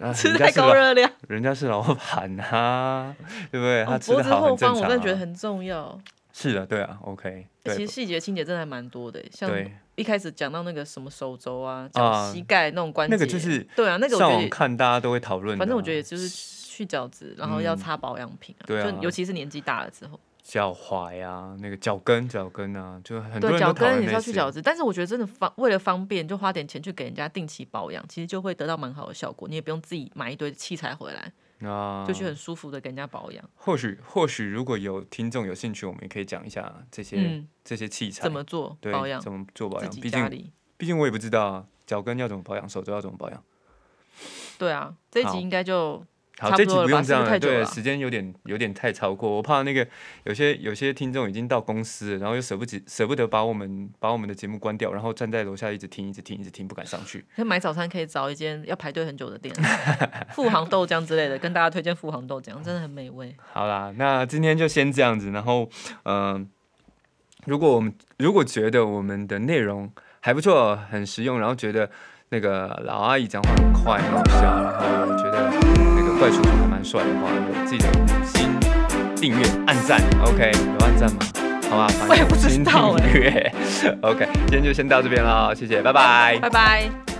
[SPEAKER 1] 啊
[SPEAKER 2] 吃
[SPEAKER 1] 人家
[SPEAKER 2] 太
[SPEAKER 1] 是
[SPEAKER 2] 高
[SPEAKER 1] 老
[SPEAKER 2] 热量。
[SPEAKER 1] 人家是老板啊，对不对？他
[SPEAKER 2] 哦，
[SPEAKER 1] 吃
[SPEAKER 2] 脖
[SPEAKER 1] 的
[SPEAKER 2] 子
[SPEAKER 1] 好很
[SPEAKER 2] 后
[SPEAKER 1] 正
[SPEAKER 2] 方
[SPEAKER 1] 常、
[SPEAKER 2] 我
[SPEAKER 1] 啊。
[SPEAKER 2] 真的觉得很重要。
[SPEAKER 1] 是的，对啊，OK，
[SPEAKER 2] 欸
[SPEAKER 1] 对
[SPEAKER 2] 其实细节清洁真的还蛮多的欸，像
[SPEAKER 1] 对，
[SPEAKER 2] 一开始讲到那个什么手肘啊、
[SPEAKER 1] 啊
[SPEAKER 2] 讲膝盖那种关节，
[SPEAKER 1] 那个就是
[SPEAKER 2] 对啊，那个我
[SPEAKER 1] 上
[SPEAKER 2] 觉得
[SPEAKER 1] 网
[SPEAKER 2] 也，
[SPEAKER 1] 看大家都会讨论的啊。
[SPEAKER 2] 反正我觉得也就是去角质，然后要擦保养品啊，
[SPEAKER 1] 对啊
[SPEAKER 2] 就尤其是年纪大了之后，
[SPEAKER 1] 脚踝啊，那个脚跟、脚跟啊，就很多
[SPEAKER 2] 对
[SPEAKER 1] 人都
[SPEAKER 2] 脚
[SPEAKER 1] 讨
[SPEAKER 2] 跟
[SPEAKER 1] 论
[SPEAKER 2] 也是
[SPEAKER 1] 那
[SPEAKER 2] 要去角
[SPEAKER 1] 些。
[SPEAKER 2] 质，但是我觉得真的方为了方便，就花点钱去给人家定期保养，其实就会得到蛮好的效果，你也不用自己买一堆器材回来，
[SPEAKER 1] 啊，
[SPEAKER 2] 就去很舒服的给人家保养，
[SPEAKER 1] 或许或许如果有听众有兴趣，我们也可以讲一下这些、
[SPEAKER 2] 嗯，
[SPEAKER 1] 这些器材
[SPEAKER 2] 怎么做
[SPEAKER 1] 对
[SPEAKER 2] 保养，
[SPEAKER 1] 怎么做保
[SPEAKER 2] 自
[SPEAKER 1] 养。
[SPEAKER 2] 己
[SPEAKER 1] 毕
[SPEAKER 2] 家
[SPEAKER 1] 竟
[SPEAKER 2] 里。
[SPEAKER 1] 毕竟我也不知道啊，脚跟要怎么保养，手肘要怎么保养。
[SPEAKER 2] 对啊，这一
[SPEAKER 1] 好
[SPEAKER 2] 集应该就
[SPEAKER 1] 好，
[SPEAKER 2] 差
[SPEAKER 1] 这
[SPEAKER 2] 不
[SPEAKER 1] 集
[SPEAKER 2] 多了
[SPEAKER 1] 不
[SPEAKER 2] 吧
[SPEAKER 1] 用这样
[SPEAKER 2] 是不是太久
[SPEAKER 1] 对，
[SPEAKER 2] 了
[SPEAKER 1] 时间有点有点太超过，我怕那个有些有些听众已经到公司了，然后又舍不及舍不得把我们把我们的节目关掉，然后站在楼下一直听一直听一直听，不敢上去。
[SPEAKER 2] 可以买早餐，可以找一间要排队很久的店，富航豆浆之类的，跟大家推荐富航豆浆，真的很美 味。
[SPEAKER 1] 好啦，那今天就先这样子，然后嗯、呃如果我们如果觉得我们的内容还不错，很实用，然后觉得那个老阿姨讲话很快很好笑，然后觉得那个怪叔叔还蛮帅的话，有自己的五星订阅、按赞，OK，有按赞吗？好吧，反
[SPEAKER 2] 我也
[SPEAKER 1] 正
[SPEAKER 2] 不
[SPEAKER 1] 五
[SPEAKER 2] 知
[SPEAKER 1] 星
[SPEAKER 2] 道
[SPEAKER 1] 订阅，OK，今天就先到这边了，谢谢，拜拜。
[SPEAKER 2] 拜拜。